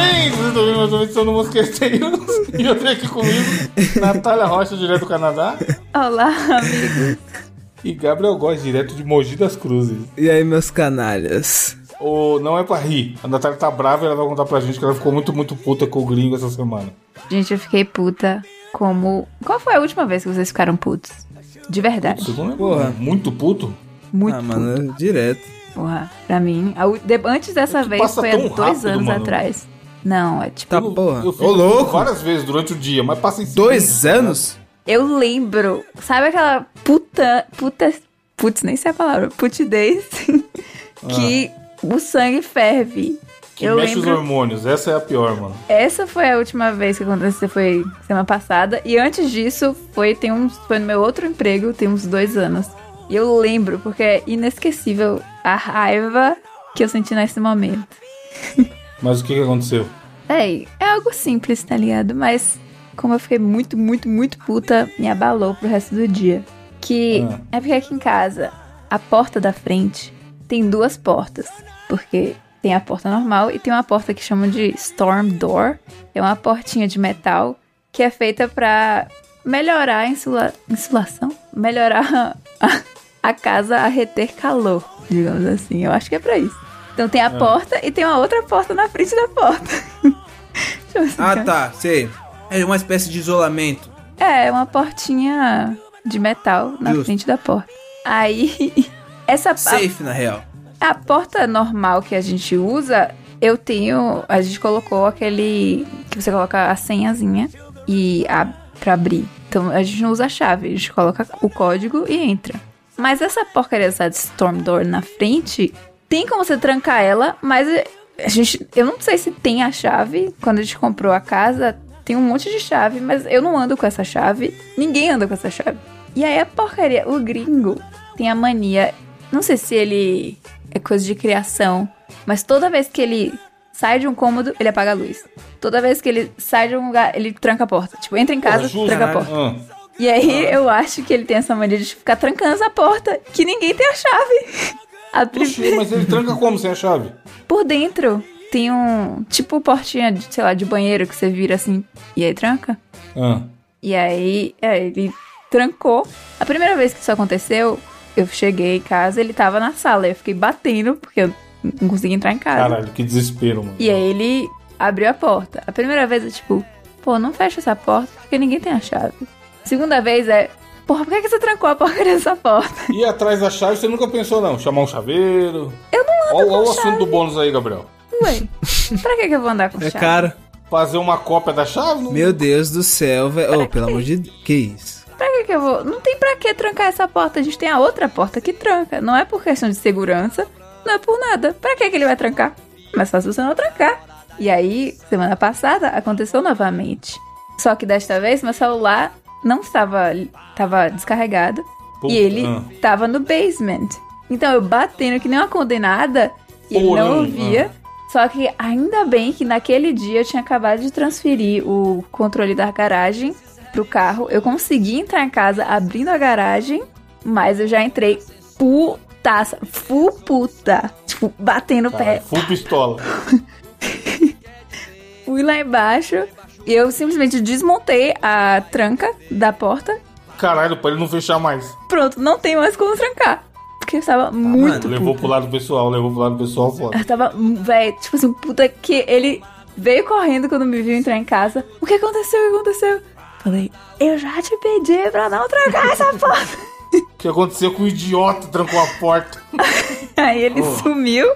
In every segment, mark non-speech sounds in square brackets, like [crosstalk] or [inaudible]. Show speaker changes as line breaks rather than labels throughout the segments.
teve meus ouvintes são no Mosqueteiros. E eu tenho aqui
[laughs]
comigo Natália Rocha, direto do Canadá.
Olá, amigos.
E Gabriel Góes, direto de Mogi das Cruzes.
E aí, meus canalhas?
O Não É Pra Rir. A Natália tá brava e ela vai contar pra gente que ela ficou muito, muito puta com o gringo essa semana.
Gente, eu fiquei puta como. Qual foi a última vez que vocês ficaram putos? De verdade.
Puto, não lembro. Porra. Muito puto?
Muito
ah,
puto.
mano, é direto.
Porra, pra mim. a u- de- Antes dessa vez
Tipo, passa
foi há
tão
dois
rápido,
anos
mano.
atrás. Não, é tipo.
Tá porra.
Eu fico
Ô, louco!
várias vezes durante o dia, mas passa em cima.
Dois anos?
Eu lembro. Sabe aquela puta. Puta. Putz, nem sei a palavra. Putidez. [laughs] que o sangue ferve.
Ah. Que
eu
mexe os
lembro.
hormônios. Essa é a pior, mano.
Essa foi a última vez que aconteceu. Foi semana passada. E antes disso, foi, tem uns, foi no meu outro emprego, tem uns dois anos. E eu lembro, porque é inesquecível a raiva que eu senti nesse momento.
Mas o que que aconteceu?
É, é algo simples, tá ligado? Mas como eu fiquei muito, muito, muito puta, me abalou pro resto do dia. Que
Ah.
é porque aqui em casa, a porta da frente tem duas portas. Porque tem a porta normal e tem uma porta que chamam de Storm Door. É uma portinha de metal que é feita pra melhorar a insula... insulação? Melhorar [laughs] a, a casa a reter calor, digamos assim. Eu acho que é pra isso. Então tem a
Ah.
porta e tem uma outra porta na frente da porta. [laughs] Deixa eu ver se
Ah,
eu-
tá, sei. É uma espécie de isolamento.
É, uma portinha de metal na
Justo.
frente da porta. Aí, [laughs] essa a,
Safe, na real.
a porta normal que a gente usa, eu tenho. A gente colocou aquele. que você coloca a senhazinha e a, pra abrir. Então a gente não usa a chave, a gente coloca o código e entra. Mas essa porcaria dessa Storm Door na frente, tem como você trancar ela, mas é, a gente. Eu não sei se tem a chave. Quando a gente comprou a casa, tem um monte de chave, mas eu não ando com essa chave. Ninguém anda com essa chave. E aí a porcaria, o gringo tem a mania. Não sei se ele é coisa de criação, mas toda vez que ele sai de um cômodo, ele apaga a luz. Toda vez que ele sai de um lugar, ele tranca a porta. Tipo, entra em
Porra,
casa,
justo,
tranca a
né?
porta.
Ah.
E aí eu acho que ele tem essa mania de ficar trancando essa porta, que ninguém tem a chave. A
Oxi,
primeira-
mas ele tranca como sem a chave?
Por dentro tem um tipo portinha, de, sei lá, de banheiro que você vira assim e aí tranca.
Ah.
E aí, é, ele trancou. A primeira vez que isso aconteceu, eu cheguei em casa, ele tava na sala. Eu fiquei batendo, porque eu não conseguia entrar em casa.
Caralho, que desespero, mano.
E aí ele abriu a porta. A primeira vez é tipo, pô, não fecha essa porta, porque ninguém tem a chave. Segunda vez é, porra, por que, que você trancou a porcaria dessa porta? [laughs]
E atrás da chave você nunca pensou, não? Chamar um chaveiro?
Eu não ando
Olha
com
o
chave.
assunto do bônus aí, Gabriel.
Ué, pra que, que eu vou andar com
É
chave?
caro.
Fazer uma cópia da chave? Não-
Meu Deus do céu, velho. Oh, pelo amor de Deus. Que isso?
Pra que, que eu vou? Não tem pra que trancar essa porta. A gente tem a outra porta que tranca. Não é por questão de segurança, não é por nada. Pra que, que ele vai trancar? Mas fácil você não trancar. E aí, semana passada, aconteceu novamente. Só que desta vez meu celular não estava. estava descarregado.
Puta.
E ele
Ah.
estava no basement. Então eu batendo que nem uma condenada e ele
Porém,
não ouvia.
Ah.
Só que ainda bem que naquele dia eu tinha acabado de transferir o controle da garagem pro carro. Eu consegui entrar em casa abrindo a garagem, mas eu já entrei putaça, full puta. Tipo, batendo o pé.
Caralho, full pistola.
Fui lá embaixo e eu simplesmente desmontei a tranca da porta.
Caralho, pra ele não fechar mais.
Pronto, não tem mais como trancar. Porque eu
Ah,
estava muito
Levou
puta.
pro lado pessoal, levou pro lado pessoal fora.
Ela tava, velho, tipo assim, puta que ele veio correndo quando me viu entrar em casa. O que aconteceu? O que aconteceu? Falei, eu já te pedi pra não trancar essa [laughs] porta.
O que aconteceu com o idiota que trancou a porta? [laughs]
Aí ele
Oh.
sumiu,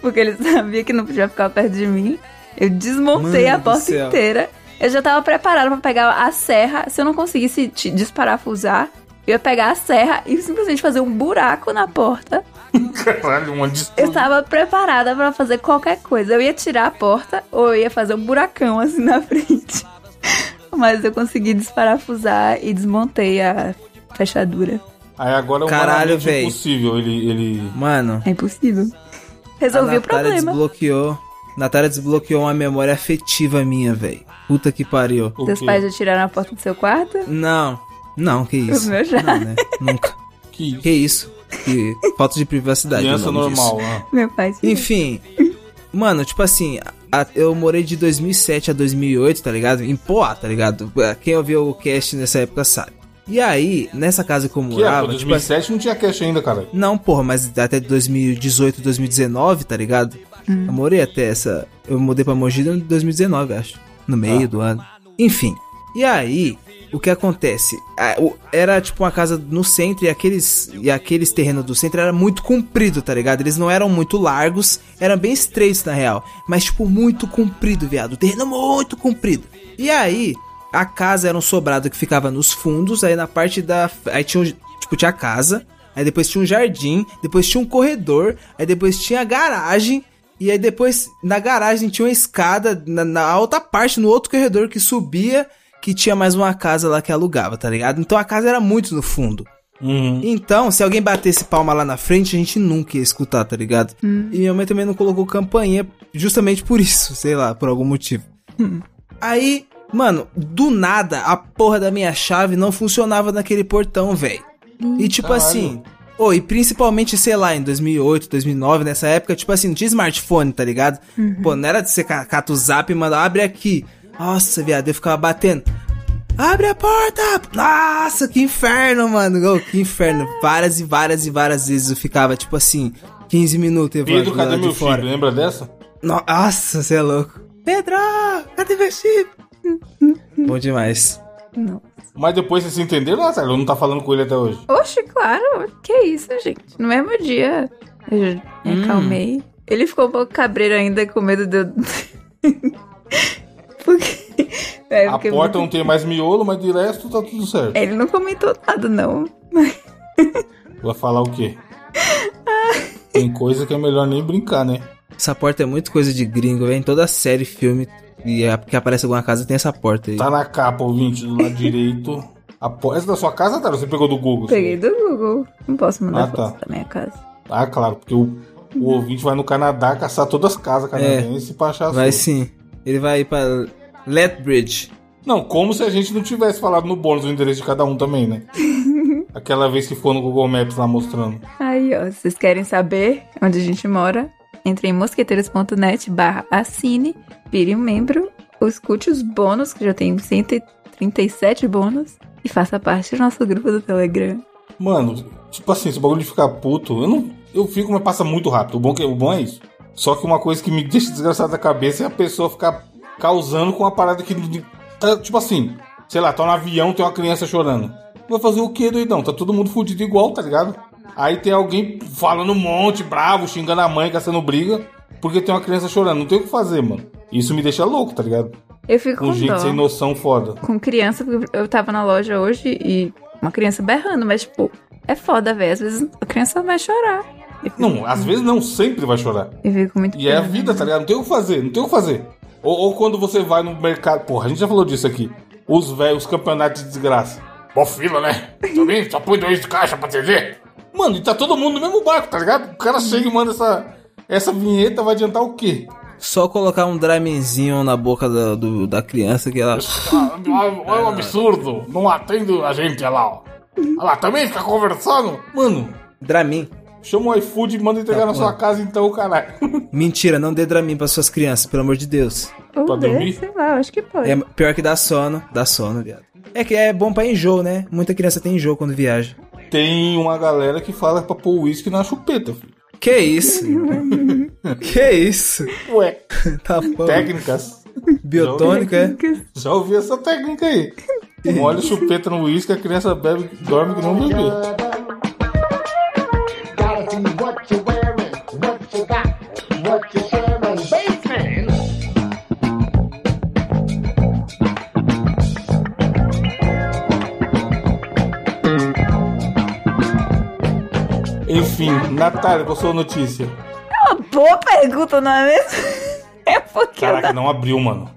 porque ele sabia que não podia ficar perto de mim. Eu desmontei
Mano
a
do
porta
céu.
inteira. Eu já tava preparada pra pegar a serra. Se eu não conseguisse te desparafusar, eu ia pegar a serra e simplesmente fazer um buraco na porta
Caralho, mano. Des...
Eu tava preparada pra fazer qualquer coisa. Eu ia tirar a porta ou eu ia fazer um buracão assim na [laughs] frente. Mas eu consegui desparafusar e desmontei a fechadura.
Aí agora é
Caralho,
humanamente
véi.
impossível ele... ele...
Mano,
É impossível.
a
Resolvi
Natália
o problema.
desbloqueou. Natália desbloqueou uma memória afetiva minha, velho. Puta que pariu.
O
Seus
quê?
pais já tiraram a porta do seu quarto?
Não. Não, que
[laughs]
isso.
meu já.
Não, né? Nunca.
Que
Que isso? Que falta de privacidade.
criança
o nome disso.
normal, né?
Meu pai. tirou.
Enfim, mano, tipo assim, a- eu morei de 2007 a 2008, tá ligado? Em Poá, tá ligado? Quem ouviu o cast nessa época sabe. E aí, nessa casa que eu
Que era, pô,
morava, tipo,
2007 não tinha cash ainda, cara.
não, porra, mas até 2018, 2019, tá ligado? Eu morei até essa. Eu mudei pra Mogi em 2019, acho. No meio do ano. Enfim. E aí, o que acontece? Ah, o- Era tipo uma casa no centro e aqueles, e aqueles terrenos do centro era muito comprido, tá ligado? Eles não eram muito largos, eram bem estreitos na real. Mas, tipo, muito comprido, viado. O terreno muito comprido. E aí, a casa era um sobrado que ficava nos fundos, aí na parte da. Aí tinha, um- tipo, tinha a casa, aí depois tinha um jardim, depois tinha um corredor, aí depois tinha a garagem, e aí depois na garagem tinha uma escada na, na outra parte, no outro corredor que subia, que tinha mais uma casa lá que alugava, tá ligado? Então a casa era muito no fundo.
Uhum.
Então, se alguém batesse palma lá na frente, a gente nunca ia escutar, tá ligado? E minha mãe também não colocou campainha justamente por isso, [laughs] sei lá, por algum motivo. Aí, mano, do nada a porra da minha chave não funcionava naquele portão, velho. E tipo
Caralho.
assim, oh, e principalmente, sei lá, em 2008, 2009, nessa época, tipo assim, não tinha smartphone, tá ligado? Pô, não era de você ca- cata o zap e manda, abre aqui. Nossa, viado, eu ficava batendo. Abre a porta! Nossa, que inferno, mano. Ô, que inferno. Várias e várias e várias vezes eu ficava, tipo assim, 15 minutos, Evandro,
Pedro, cadê
lá de
meu
fora.
filho? Lembra dessa?
No- Nossa, você é louco. Pedro, cadê meu chip? Bom demais.
Não.
Mas depois vocês se entenderam, Natália? Eu não tá falando com ele até hoje.
Oxe, claro. Que isso, gente. No mesmo dia, eu já
Hum.
me acalmei. Ele ficou um pouco cabreiro ainda, com medo de eu... [laughs] porque... É,
a
porque
porta não tem mais miolo, mas de resto tá tudo certo.
Ele não comentou nada, não.
Vai falar o quê? tem coisa que é melhor nem brincar, né?
Essa porta é muito coisa de gringo, velho. Em toda série, filme e é que aparece alguma casa tem essa porta aí.
Tá na capa, ouvinte, do lado direito. A por- Essa da sua casa, Natália? Você pegou do Google?
Peguei do Google. Não posso mandar
Ah, tá.
foto da minha casa.
Ah, claro, porque o, o ouvinte vai no Canadá caçar todas as casas canadenses pra achar a
Vai
sua.
sim. Ele vai pra Lethbridge.
Não, como se a gente não tivesse falado no bônus o endereço de cada um também,
[laughs]
né? Aquela vez que ficou no Google Maps lá mostrando.
Aí, ó, se vocês querem saber onde a gente mora, entre em mosqueteiros.net barra assine, vire um membro, ou escute os bônus, que já tem 137 bônus, e faça parte do nosso grupo do Telegram.
Mano, tipo assim, esse bagulho de ficar puto, eu não. Eu fico, mas passa muito rápido. O bom, que, o bom é isso. Só que uma coisa que me [laughs] deixa desgraçado da cabeça é a pessoa ficar causando com uma parada que. Tá, tipo assim, sei lá, tá no avião, tem uma criança chorando. Vai fazer o quê, doidão? Tá todo mundo fudido igual, tá ligado? Aí tem alguém falando um monte, bravo, xingando a mãe, caçando briga, porque tem uma criança chorando. Não tem o que fazer, mano. Isso me deixa louco, tá ligado?
Eu fico
Com
com
gente
dó.
sem noção foda.
Com criança, porque eu tava na loja hoje e uma criança berrando, mas, tipo, é foda, velho. Às vezes a criança vai chorar. Eu fico-
Não, às vezes não, sempre vai chorar.
Eu fico muito
E é a
pena.
vida, tá ligado? Não tem o que fazer, não tem o que fazer. Ou, ou quando você vai no mercado, porra, a gente já falou disso aqui. Os velhos, os campeonatos de desgraça. Mó fila, [laughs] né? Também só põe dois de caixa pra TV. Mano, e tá todo mundo no mesmo barco, tá ligado? O cara chega e manda essa, essa vinheta, vai adiantar o quê?
Só colocar um dramenzinho na boca da, do- da criança que ela.
Ah, É um absurdo. Não atende a gente, olha lá, ó. Olha lá, também fica conversando. Mano,
Dramin.
chama o iFood e manda entregar na sua casa então, caralho.
Mentira, não dê Dramin pra suas crianças, pelo amor de Deus.
Ou
Pra
dê,
dormir?
sei lá, eu acho que pode.
É pior que dá sono. Dá sono, viado. É que é bom pra enjoo, né? Muita criança tem enjoo quando viaja.
Tem uma galera que fala pra pôr uísque na chupeta, filho.
Que isso? que isso?
Ué.
Tá bom.
Técnicas.
Biotônico, é?
Já ouvi essa técnica aí. Molha o chupeta no uísque, a criança bebe, dorme que não bebê.
Gotta see what you're wearing, what you got, what you're sharing. Baseman.
Enfim, Natália, qual a sua notícia?
Uma boa pergunta, não é mesmo? [laughs] É porque
Caraca, não abriu, mano.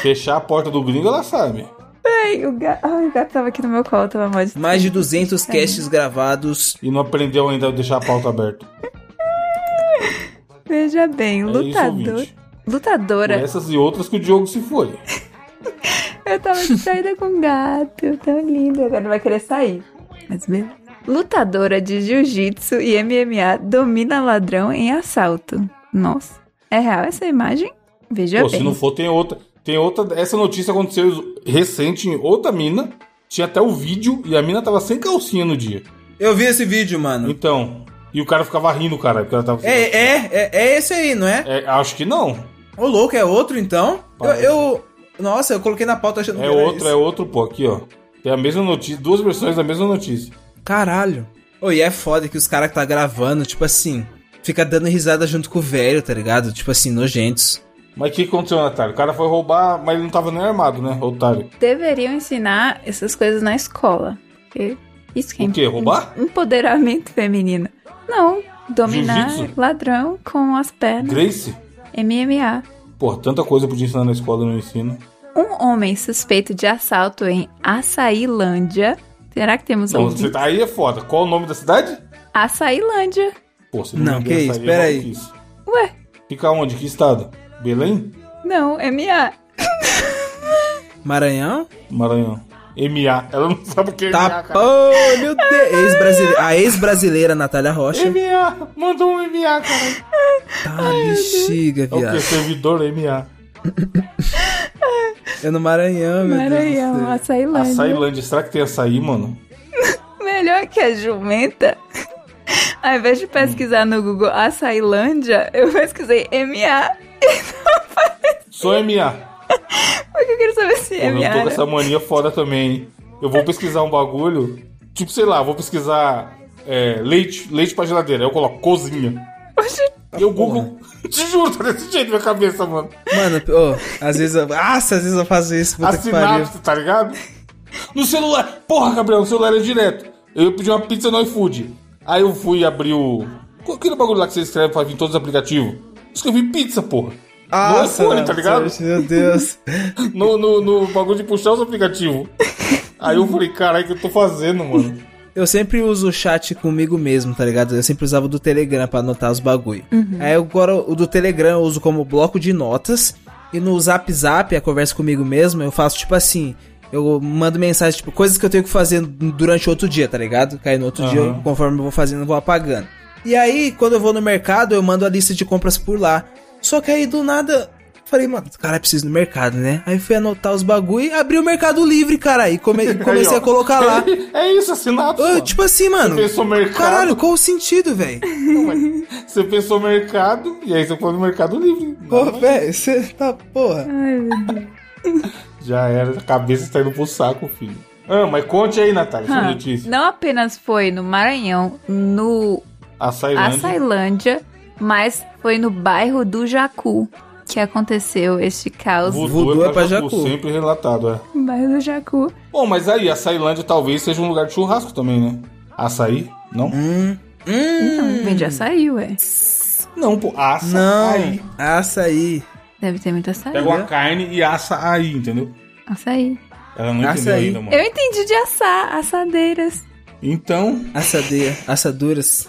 Fechar a porta do gringo, ela sabe.
Ai, o, gato, ai, o gato tava aqui no meu colo, tava mal de...
Mais de 200 casts gravados.
E não aprendeu ainda a deixar a pauta aberta.
Veja bem,
É isso,
lutador.
ouvinte. Por
Lutadora.
essas e outras que o Diogo se foi.
Eu tava de saída com o gato, tão lindo. Agora ele vai querer sair. Mas beleza. Lutadora de jiu-jitsu e MMA domina ladrão em assalto. Nossa. É real essa imagem? Veja
Pô,
bem.
se não for, tem outra. Tem outra. Essa notícia aconteceu recente em outra mina. Tinha até o vídeo e a mina tava sem calcinha no dia.
Eu vi esse vídeo, mano.
Então. E o cara ficava rindo, cara, porque ela tava.
É, é, é, é esse aí, não é?
É, acho que não.
Ô, louco, é outro então? Eu,
Parece.
eu- Nossa, eu coloquei na pauta achando
É
que era
outro,
esse.
é outro, pô, aqui, ó. Tem a mesma notícia, duas versões da mesma notícia.
Caralho. Ô, e é foda que os caras que tá gravando, tipo assim, fica dando risada junto com o velho, tá ligado? Tipo assim, nojentos.
Mas o que aconteceu, Natália? O cara foi roubar, mas ele não tava nem armado, né, otário?
Deveriam ensinar essas coisas na escola. Porque Isso que é
O quê? Roubar?
Empoderamento feminino. Não, dominar
Jiu-jitsu?
ladrão com as
É, né?
pernas.
Grace?
MMA.
Pô, tanta coisa eu podia ensinar na escola e não ensino.
Um homem suspeito de assalto em Açailândia. Será que temos
Não,
um?
você tá aí é foda. Qual o nome da cidade?
Açailândia.
Pô, você
Não,
me
que isso,
essa aí,
pera
eu
aí.
não quis.
Ué,
Fica onde? Que estado? Belém?
não, MA.
Maranhão?
Tá Maranhão. MA. Ela não sabe o que é
Tá,
MA,
pô, meu Deus. Ex-brasile- A ex-brasileira Natália Rocha.
MA. Mandou um MA, cara.
Tá, bexiga,
É o
viado.
quê? Servidor MA.
É no Maranhão, meu Deus. do
Maranhão,
céu.
Açailândia.
Açailândia. Será que tem açaí, mano?
Melhor que a jumenta. [laughs] Ao invés de pesquisar no Google Açailândia, eu pesquisei MA.
Só MA.
Porque eu quero saber se
Pô, eu tô com
MA.
essa mania foda também, hein? Eu vou pesquisar um bagulho. Tipo, sei lá, vou pesquisar é, leite, leite pra geladeira. Eu coloco cozinha.
Oxi,
E eu Google. [laughs] Te juro, tá desse jeito na minha cabeça, mano.
Mano, ô, às vezes eu. Nossa, às vezes eu faço isso,
a
puta que pariu.
sinapse, tá ligado? [laughs] No celular. Porra, Gabriel, no celular é direto. Eu pedi uma pizza no iFood. Aí eu fui abrir o. Qual- Aquele bagulho lá que você escreve pra vir todos os aplicativos. Escrevi pizza, porra.
Ah,
no iPhone, tá ligado?
Meu Deus.
No, no, no bagulho de puxar os
[laughs]
aplicativos. Aí eu falei, caralho, o que eu tô fazendo, mano?
Eu sempre uso o chat comigo mesmo, tá ligado? Eu sempre usava o do Telegram pra anotar os bagulho. Aí agora o do Telegram eu uso como bloco de notas. E no Zap Zap, a conversa comigo mesmo, eu faço tipo assim. Eu mando mensagem, tipo, coisas que eu tenho que fazer durante outro dia, tá ligado? Cai no outro dia, eu-
Aham.
conforme eu vou fazendo, eu vou apagando. E aí, quando eu vou no mercado, eu mando a lista de compras por lá. Só que aí, do nada, falei, mano, cara, preciso ir no mercado, né? Aí fui anotar os bagulho e abri o Mercado Livre, cara. E
[laughs]
come- comecei
Aí, ó.
a colocar lá.
[laughs] É isso, a sinapse.
Ô,
mano.
tipo assim, mano.
Você pensou mercado?
Caralho, qual o sentido, velho?
Você pensou mercado, e aí você foi no Mercado Livre.
Pô, velho, você tá porra.
Já era, a cabeça tá indo pro saco, filho. Ah, mas conte aí, Natália, sua
Ah,
notícia.
Não apenas foi no Maranhão, no
Açailândia.
Açailândia, mas foi no bairro do Jacu que aconteceu este caos.
Voodoo é pra Jacu,
Jacu.
sempre relatado, é.
No bairro do Jacu.
Bom, mas aí, Açailândia talvez seja um lugar de churrasco também, né? Açaí? Não?
Hum.
Não, Então, vende açaí, ué.
Não, pô,
Não,
açaí.
açaí.
Deve ter muito açaí.
Pega uma carne e assa aí, entendeu?
Açaí.
Ela não entendeu
Açaí.
ainda, mano.
Eu entendi de assar, assadeiras.
Então,
Açadeia, assaduras.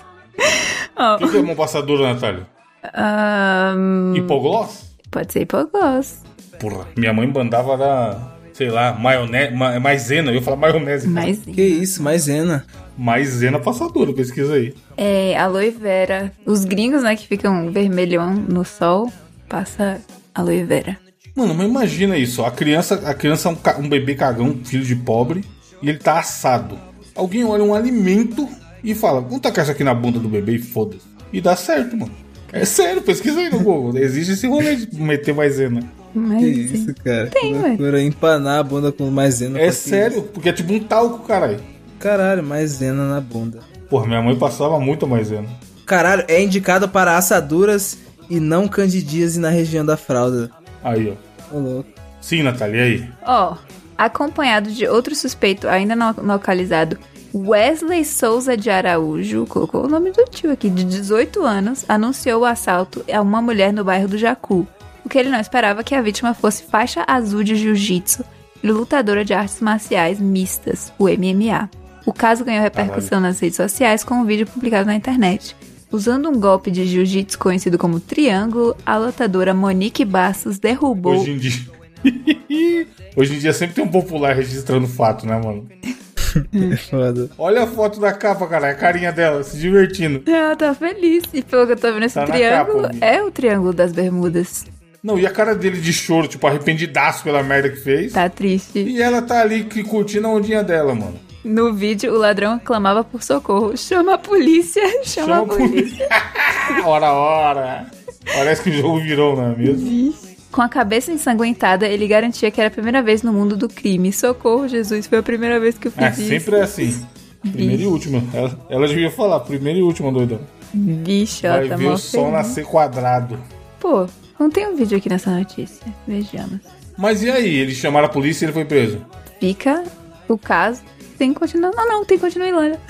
o que que é uma passadora, Natália?
Ahn,
Hipoglós?
pode ser hipogós.
Porra, minha mãe mandava era, sei lá, maionese, ma maisena. Eu ia falar maionese.
Mas
Que isso, maisena.
Maisena passadora, pesquisa aí.
é aloe vera. Os gringos, né, que ficam vermelhão no sol, passa aloe vera.
Mano, mas imagina isso. A criança, a criança é um, ca- um bebê cagão, filho de pobre, e ele tá assado. Alguém olha um alimento e fala, vamos tacar isso aqui na bunda do bebê e foda-se. E dá certo, mano. É sério, pesquisa aí no Google. Existe esse rolê de meter É maisena.
Mas
Que
sim.
isso, cara.
Tem,
que
ué.
loucura. Empanar a bunda com maisena.
É
Pra que
sério, porque é tipo um talco, caralho.
isso? Caralho, maisena na bunda.
Porra, minha mãe passava muita maisena.
Caralho, é indicado para assaduras e não candidíase na região da fralda.
Aí, ó.
Ô, louco.
Sim, Natália, e aí?
Ó, acompanhado de outro suspeito ainda não localizado, Wesley Souza de Araújo, colocou o nome do tio aqui, de 18 anos, anunciou o assalto a uma mulher no bairro do Jacu. O que ele não esperava que a vítima fosse faixa azul de jiu-jitsu e lutadora de artes marciais mistas, o MMA. O caso ganhou repercussão nas redes sociais com um vídeo publicado na internet. Usando um golpe de jiu-jitsu conhecido como triângulo, a lutadora Monique Bastos derrubou
Hoje em dia. [laughs] Hoje em dia sempre tem um popular registrando fato, né, mano?
É foda.
Olha a foto da capa, cara, É a carinha dela, se divertindo.
Ela tá Ah, feliz. E pelo que eu tô vendo, esse
Tá na
triângulo
capa, amiga.
é o triângulo das bermudas.
Não, e a cara dele de choro, tipo, arrependidaço pela merda que fez.
Tá triste.
E ela tá ali que curtindo a ondinha dela, mano.
No vídeo, o ladrão clamava por socorro. Chama a polícia, [laughs] chama, a polícia.
[laughs] ora, ora. Parece que o jogo virou, não é mesmo?
Com a cabeça ensanguentada, ele garantia que era a primeira vez no mundo do crime. Socorro, Jesus, foi a primeira vez que eu fiz
É,
isso.
sempre é assim. Primeira e última. Ela, ela devia falar, primeira e última, doidão. Vai
Bichota,
ver
é mó né?
o sol
feliz.
nascer quadrado.
tá Pô, não tem um vídeo aqui nessa notícia. Vejamos.
Mas e aí? Eles chamaram a polícia e ele foi preso.
Fica o caso. Tem que continuar. Ah, Não, não, tem que continuar em Ilana. [laughs]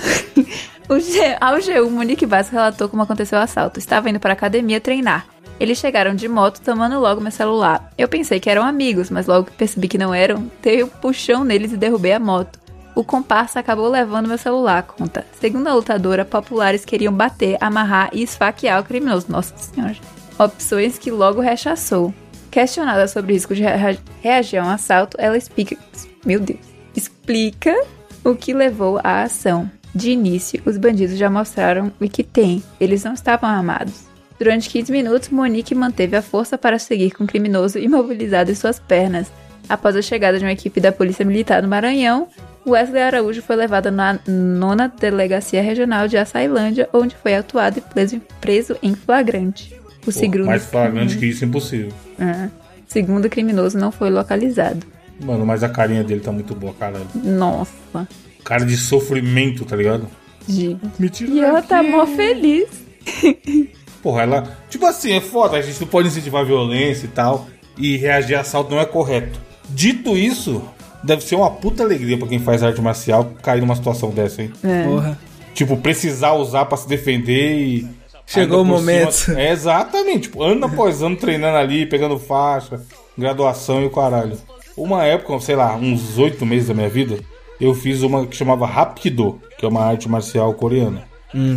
O G... Ao G1, Monique Vaz relatou como aconteceu o assalto. Estava indo para a academia treinar. Eles chegaram de moto, tomando logo meu celular. Eu pensei que eram amigos, mas logo que percebi que não eram, dei um puxão neles e derrubei a moto. O comparsa acabou levando meu celular, conta. Segundo a lutadora, populares queriam bater, amarrar e esfaquear o criminoso. Nossa senhora. Opções que logo rechaçou. Questionada sobre o risco de rea- reagir a um assalto, ela explica. Meu Deus. Explica o que levou à ação. De início, os bandidos já mostraram o que tem. Eles não estavam armados. Durante 15 minutos, Monique manteve a força para seguir com o criminoso imobilizado em suas pernas. Após a chegada de uma equipe da Polícia Militar no Maranhão, Wesley Araújo foi levado na nona delegacia regional de Açailândia, onde foi atuado e preso, preso em flagrante. O segundo,
Mais
Uhum.
flagrante que isso é impossível.
Ah, segundo criminoso não foi localizado.
Mano, mas a carinha dele tá muito boa, caralho.
Nossa,
Cara de sofrimento, tá ligado?
gente.
Me tira
E ela tá
daqui.
mó feliz.
Porra, ela. Tipo assim, é foda, a gente não pode incentivar a violência e tal. E reagir a assalto não é correto. Dito isso, deve ser uma puta alegria pra quem faz arte marcial cair numa situação dessa, hein?
Porra.
Tipo, precisar usar pra se defender e.
Chegou
ainda
o
por
momento.
cima- É, exatamente. Tipo, ano após ano treinando ali, pegando faixa, graduação e o caralho. Uma época, sei lá, uns oito meses da minha vida, eu fiz uma que chamava Rapido, que é uma arte marcial coreana.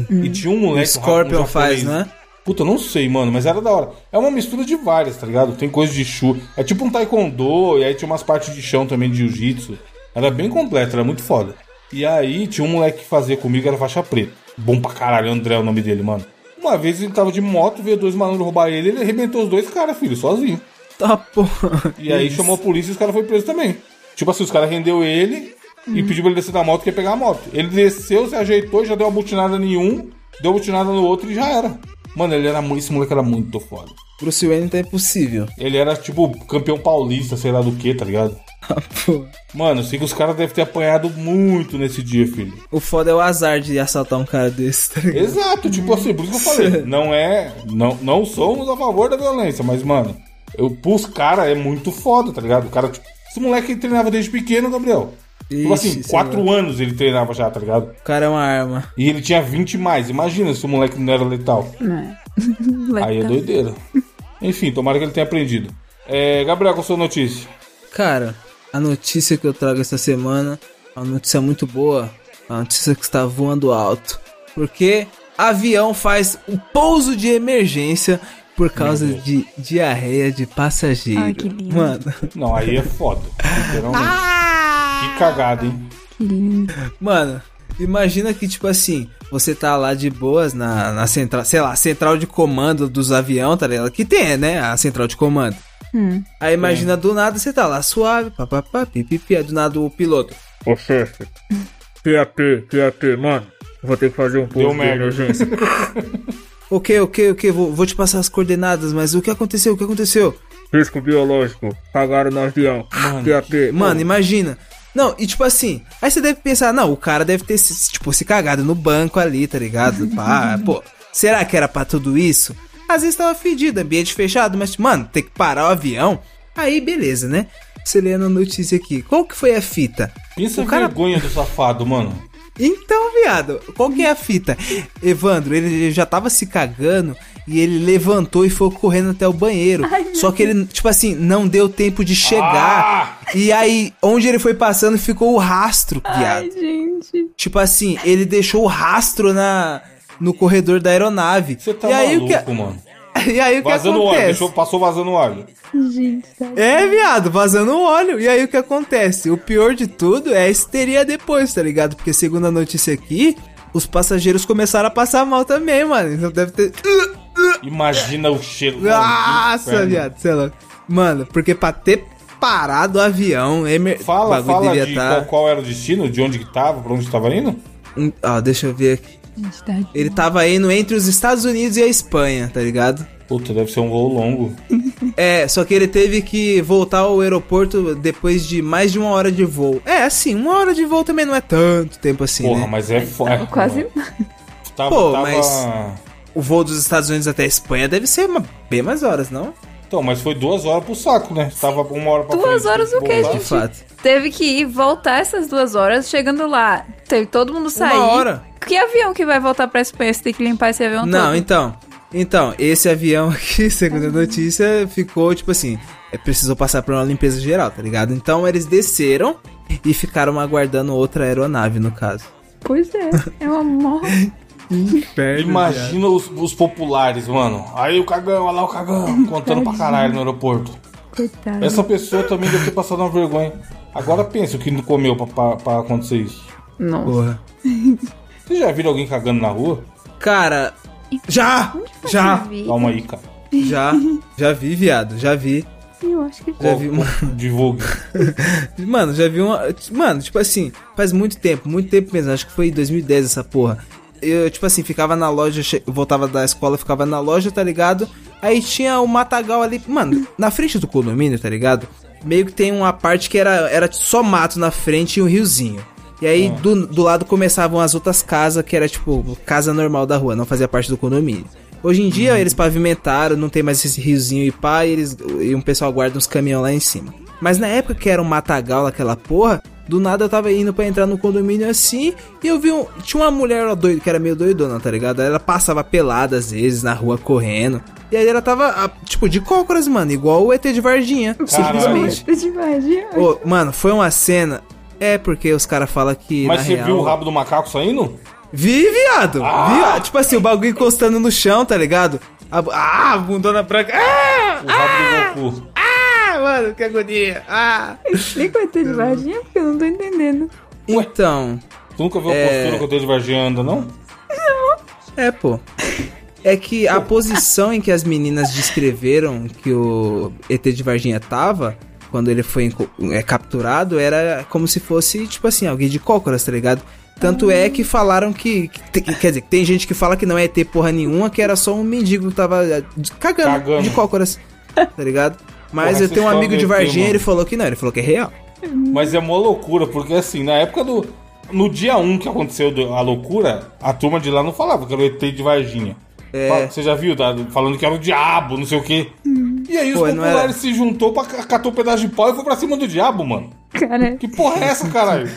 E tinha um moleque. um
Hum. Scorpion faz,
japonês.
né?
Puta, eu não sei, mano, mas era da hora. É uma mistura de várias, tá ligado? Tem coisa de chu. É tipo um taekwondo, e aí tinha umas partes de chão também de jiu-jitsu. Era bem completo, era muito foda. E aí tinha um moleque que fazia comigo, era faixa preta. Bom pra caralho, André é o nome dele, mano. Uma vez ele tava de moto, veio dois malandros roubar ele, ele arrebentou os dois caras, filho, sozinho.
Tá, porra.
E aí chamou a polícia e os caras foram presos também. Tipo assim, os caras rendeu ele e pediu pra ele descer da moto, que ia pegar a moto. Ele desceu, se ajeitou, já deu uma butinada em um, deu uma butinada no outro e já era. Mano, ele era mu- esse moleque era muito foda.
Bruce Wayne tá impossível.
Ele era tipo campeão paulista, sei lá do que, tá ligado?
Tá, porra.
Mano, eu sei que os caras devem ter apanhado muito nesse dia, filho.
O foda é o azar de assaltar um cara desse, tá ligado?
Exato, tipo assim, por isso que eu
[laughs]
falei, não é. Não, não somos a favor da violência, mas, mano, eu pus cara, é muito foda, tá ligado? O cara, tipo, esse moleque ele treinava desde pequeno, Gabriel. tipo
Ixi,
assim,
sei
quatro anos ele treinava já, tá ligado?
O cara é uma arma.
E ele tinha 20 mais. Imagina se o moleque não era letal.
né? [laughs]
Aí é doideira. Enfim, tomara que ele tenha aprendido. É, Gabriel, qual a sua notícia?
Cara, a notícia que eu trago essa semana é uma notícia muito boa. é Uma notícia que está voando alto. Porque avião faz o pouso de emergência por causa de diarreia de passageiro.
Ai, que lindo.
Mano,
Não, aí é foda. Literalmente. Que cagada, hein?
mano, imagina que, tipo assim, você tá lá de boas na, na central, sei lá, central de comando dos aviões, tá ligado? Que tem, né? A central de comando. Aí imagina do nada você tá lá suave, papapá, pipipi, aí do nada o piloto.
Ô chefe, PAT, PAT, mano, vou ter que fazer um pouco
Deu
de
merda.
emergência.
Ok, ok, ok, vou, vou te passar as coordenadas, mas o que aconteceu? O que aconteceu?
Risco biológico, cagaram no avião. PAT,
Mano, imagina. Não, e tipo assim, aí você deve pensar, não, o cara deve ter se, tipo, se cagado no banco ali, tá ligado? Pá, pô, será que era pra tudo isso? Às vezes tava fedido, ambiente fechado, mas, mano, tem que parar o avião. Aí, beleza, né? Você lendo a notícia aqui. Qual que foi a fita?
Pensa
O cara-
vergonha do safado, mano.
Então, viado, qual que é a fita? Evandro, ele já tava se cagando e ele levantou e foi correndo até o banheiro. Só que ele, tipo assim, não deu tempo de chegar.
Ah!
E aí, onde ele foi passando, ficou o rastro, viado.
Ai, gente.
Tipo assim, ele deixou o rastro na no corredor da aeronave.
Você tá
e aí,
maluco,
o que,
mano.
[laughs] E aí o que
Vazando óleo,
acontece?
deixou, passou vazando óleo.
tá,
É, viado, vazando óleo. E aí o que acontece? O pior de tudo é a histeria depois, tá ligado? Porque segundo a notícia aqui, os passageiros começaram a passar mal também, mano. Então deve ter. Ah,
Imagina o cheiro. Mano, que
Nossa,
inferno.
viado, sei lá. Mano, porque pra ter parado o avião, Emer... o
Fala,
bagulho
fala
devia
de
tá...
qual, qual era o destino, de onde que tava, pra onde que tava indo.
Hum, Ó, deixa eu ver aqui.
Gente, tá...
Ele tava indo entre os Estados Unidos e a Espanha, tá ligado?
Puta, deve ser um voo longo.
É, só que ele teve que voltar ao aeroporto depois de mais de uma hora de voo. É, assim, uma hora de voo também não é tanto tempo assim,
Porra,
né?
mas é foda.
Quase.
Tava,
Pô,
tava-
mas- O voo dos Estados Unidos até a Espanha deve ser uma- bem mais horas, não?
Então, mas foi duas horas pro saco, né? Tava uma hora pra
Duas
frente,
horas o quê,
voltar.
De
gente?
fato.
Teve que ir voltar essas duas horas, chegando lá. Teve todo mundo sair.
hora.
Que avião que vai voltar pra Espanha? Você tem que limpar esse avião
Não,
todo.
então. Então, esse avião [laughs] aqui, segundo a notícia, ficou tipo assim. é, Precisou passar por uma limpeza geral, tá ligado? Então eles desceram e ficaram aguardando outra aeronave, no caso.
Pois é, é uma morte.
Imagina os, os populares, mano. Aí o cagão, olha lá o cagão, contando pra caralho no aeroporto.
Coitado.
Essa pessoa também deve ter passado uma vergonha. Agora pensa o que não comeu pra, pra, pra acontecer isso.
Nossa.
Porra.
Vocês já viram alguém cagando na rua?
Cara. Já! Já!
Calma aí, cara.
Já! Já vi, viado, já vi.
Eu acho que
Já vi uma.
Divulgue.
[laughs] Mano, já vi uma. Mano, tipo assim, faz muito tempo, muito tempo mesmo. Acho que foi em 2010 essa porra. Eu, tipo assim, ficava na loja, che- eu voltava da escola, ficava na loja, tá ligado? Aí tinha o matagal ali. Mano, na frente do condomínio, tá ligado? Meio que tem uma parte que era, era só mato na frente e um riozinho. E aí do, do lado começavam as outras casas, que era tipo casa normal da rua, não fazia parte do condomínio. Hoje em dia eles pavimentaram, não tem mais esse riozinho e pá, e, eles, e um pessoal guarda uns caminhão lá em cima. Mas na época que era um matagal, aquela porra, do nada eu tava indo pra entrar no condomínio assim, e eu vi um. Tinha uma mulher lá doida, que era meio doidona, tá ligado? Ela passava pelada às vezes na rua correndo. E aí ela tava, ah, tipo, de cócoras, mano, igual o ET de Vardinha.
Caralho.
Simplesmente.
demais, demais.
Ô, mano, foi uma cena. É porque os caras falam que.
Mas
na
você
real,
viu o rabo do macaco saindo?
Vi, viado! Vi, ah, tipo assim, o bagulho encostando no chão, tá ligado? A, bu- ah, bundona branca. Ah!
O rabo do Goku.
Ah, mano, que agonia! Ah!
Explica o ET de Varginha porque eu não tô entendendo.
Então.
Tu nunca viu a
É.
postura que o Deus Varginha anda, não?
É, pô. É que a posição em que as meninas descreveram que o ET de Varginha tava, quando ele foi enco- é, capturado, era como se fosse, tipo assim, alguém de cócoras, tá ligado? Tanto é que falaram que, que te- que- Quer dizer, que tem gente que fala que não é ET porra nenhuma, que era só um mendigo que tava é, de- cagando,
Cagando.
de cócoras, tá ligado? Mas
Porra,
eu tenho um
vocês
amigo
falam
de
do ET,
Varginha,
mano.
ele falou que não, ele falou que é real.
Mas é uma loucura, porque assim, na época do. No dia 1 que aconteceu do- a loucura, a turma de lá não falava que era o ET de Varginha.
É.
Fa- Você já viu? tá? Falando que era o diabo, não sei o quê. E aí os
Pô, não é-
populares
era-
se juntou, pra, ca- catou um pedaço de pau e foi pra cima do diabo, mano.
Cara,
Que porra é essa, caralho?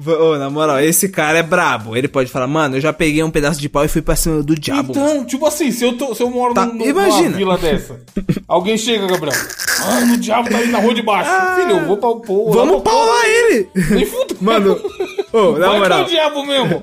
V- Ô, na moral, esse cara é brabo. Ele pode falar, mano, eu já peguei um pedaço de pau e fui pra cima do diabo.
Então, tipo assim, se eu, tô- se eu moro
Tá,
num- numa
imagina.
vila dessa, alguém chega, Gabriel. Ah, o diabo tá aí na rua de baixo. Filho, eu vou pra o povo.
Ah. Vamos paular ele!
Nem fudo. [laughs]
Mano, ô, na
Vai que é o
moral,
diabo mesmo.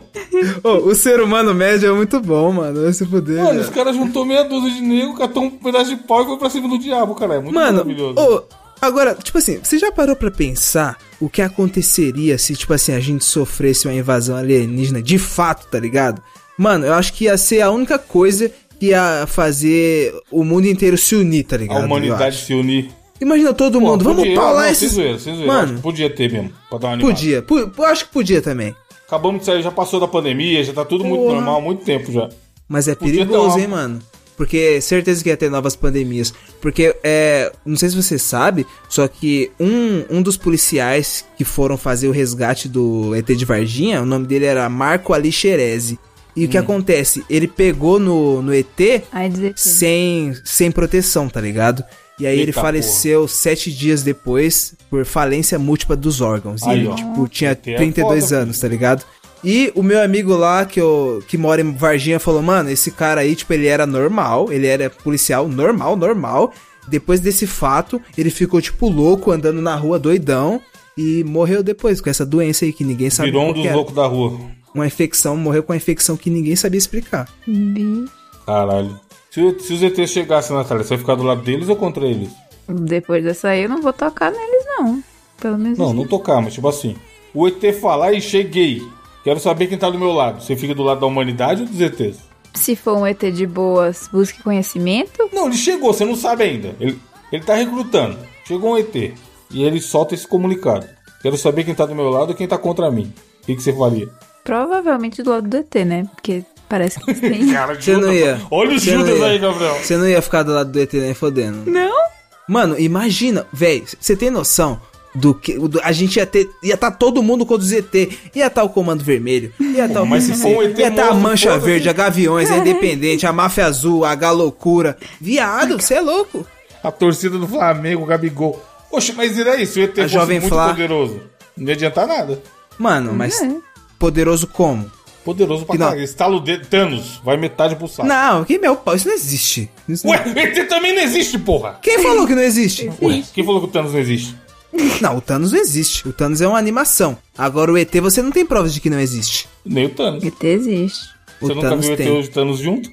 ô, o ser humano médio é muito bom, mano. Vai se fuder.
Mano,
Mano,
os caras juntou meia dúzia de negro, catou um pedaço de pau e foi pra cima do diabo, cara. É muito
mano
maravilhoso.
ô, agora, tipo assim, você já parou pra pensar o que aconteceria se, tipo assim, a gente sofresse uma invasão alienígena de fato, tá ligado? Mano, eu acho que ia ser a única coisa que ia fazer o mundo inteiro se unir, tá
A
ligado? Eu
humanidade
acho.
se unir.
Imagina todo
Pô,
mundo, vamos
podia-
paular
não,
esses...
Sem zoeira, sem zoeira. Acho que
Mano,
Podia ter mesmo, pra dar uma animada.
podia. Pu- eu acho que podia também.
Acabamos de sair, já passou da pandemia, já tá tudo muito
Porra.
normal há muito tempo já.
Mas é
Podia
perigoso,
ter uma-
hein, mano? Porque certeza que ia ter novas pandemias. Porque, é. Não sei se você sabe, só que um, um dos policiais que foram fazer o resgate do ET de Varginha, o nome dele era Marco Alixerese. E o que acontece? Ele pegou no, no ET
ai dizer que...
sem, sem proteção, tá ligado? E aí ele
Eita,
faleceu sete dias depois por falência múltipla dos órgãos. E
Aí,
ele,
ó.
tipo, tinha
ET é
32
foda,
anos, tá ligado? E o meu amigo lá, que, eu, que mora em Varginha, falou, mano, esse cara aí, tipo, ele era normal, ele era policial normal, normal. Depois desse fato, ele ficou, tipo, louco, andando na rua, doidão. E morreu depois, com essa doença aí que ninguém sabe
Virou um
qual que
dos
era.
loucos da rua.
Uma infecção, morreu com uma infecção que ninguém sabia explicar.
Bi-
Caralho. Se, o- se os ETs chegassem, Natália, você ia ficar do lado deles ou contra eles?
Depois dessa aí eu não vou tocar neles, não. Pelo menos.
Não, não tocar, mas tipo assim. O ET falar e cheguei. Quero saber quem tá do meu lado. Você fica do lado da humanidade ou dos ETs?
Se for um ET de boas, busque conhecimento.
Não, ele chegou, você não sabe ainda. Ele, ele tá recrutando. Chegou um ET. E ele solta esse comunicado. Quero saber quem tá do meu lado e quem tá contra mim. O que, que você faria?
Provavelmente do lado do ET, né? Porque parece que tem.
[laughs] Cara,
Você não ia.
Olha o
Você não
Judas
ia.
aí, Gabriel.
Você não ia ficar do lado do ET nem fodendo.
Não?
Mano, imagina, velho, você tem noção do que do- a gente ia ter, ia estar todo mundo contra os ET, ia estar o Comando Vermelho, ia estar o
mas se
PCC,
for um ET
ia estar a
morto,
Mancha
foda-se.
Verde, a Gaviões, a Independente, a Máfia Azul, a H Loucura. Viado, você é louco.
A torcida do Flamengo, o Gabigol. Poxa, mas e daí? Se o ET
A
fosse
Jovem
muito
Flá.
poderoso, não ia adiantar nada.
Mano, mas
É.
poderoso como?
Poderoso pra
Que não.
caralho. Estala o dedo, Thanos, vai metade pro saco.
Não, que meu pau, isso não existe. Isso não- é.
Ué, [laughs] o ET também não existe, porra!
Quem falou que não existe?
Ué, quem falou que o Thanos não existe?
Não, o Thanos não existe. O Thanos é uma animação. Agora o ET você não tem provas de que não existe.
Nem o Thanos.
ET existe.
O
Você nunca
Thanos
viu o ET
tem.
e o Thanos junto?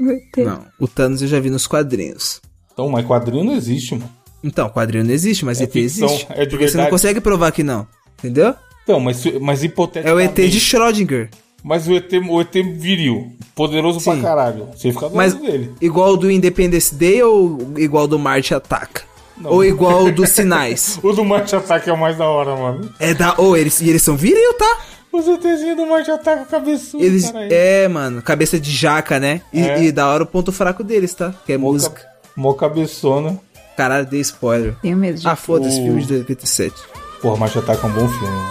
O ET.
Não, o Thanos eu já vi nos quadrinhos.
Então, mas quadrinho não existe, mano.
Então, quadrinho não existe, mas
É
ET
ficção,
existe.
é de
porque você não
verdade.
consegue provar que não. Entendeu?
Então, mas, se- mas
É o ET
hipoteticamente...
de Schrödinger.
Mas o ET, o ET viril. Poderoso pra
Sim.
caralho. Você fica do
Mas
lado dele.
igual do Independence Day ou igual do Marte Ataca? Ou igual dos
[laughs]
Sinais?
O do Marte Ataque é o mais da hora, mano.
É da. Ou eles, e eles são viril, tá?
Os ETzinhos do Marte Ataque é cabeçudo,
Eles.
caralho.
É, mano, cabeça de jaca, né? E,
É.
e da hora o ponto fraco deles, tá? Que é música.
Mó cabeçona.
Caralho, dei spoiler.
Tenho medo de.
Ah, foda-se,
O-
filme de 2007.
Porra, Marte Ataque é um bom filme, mano.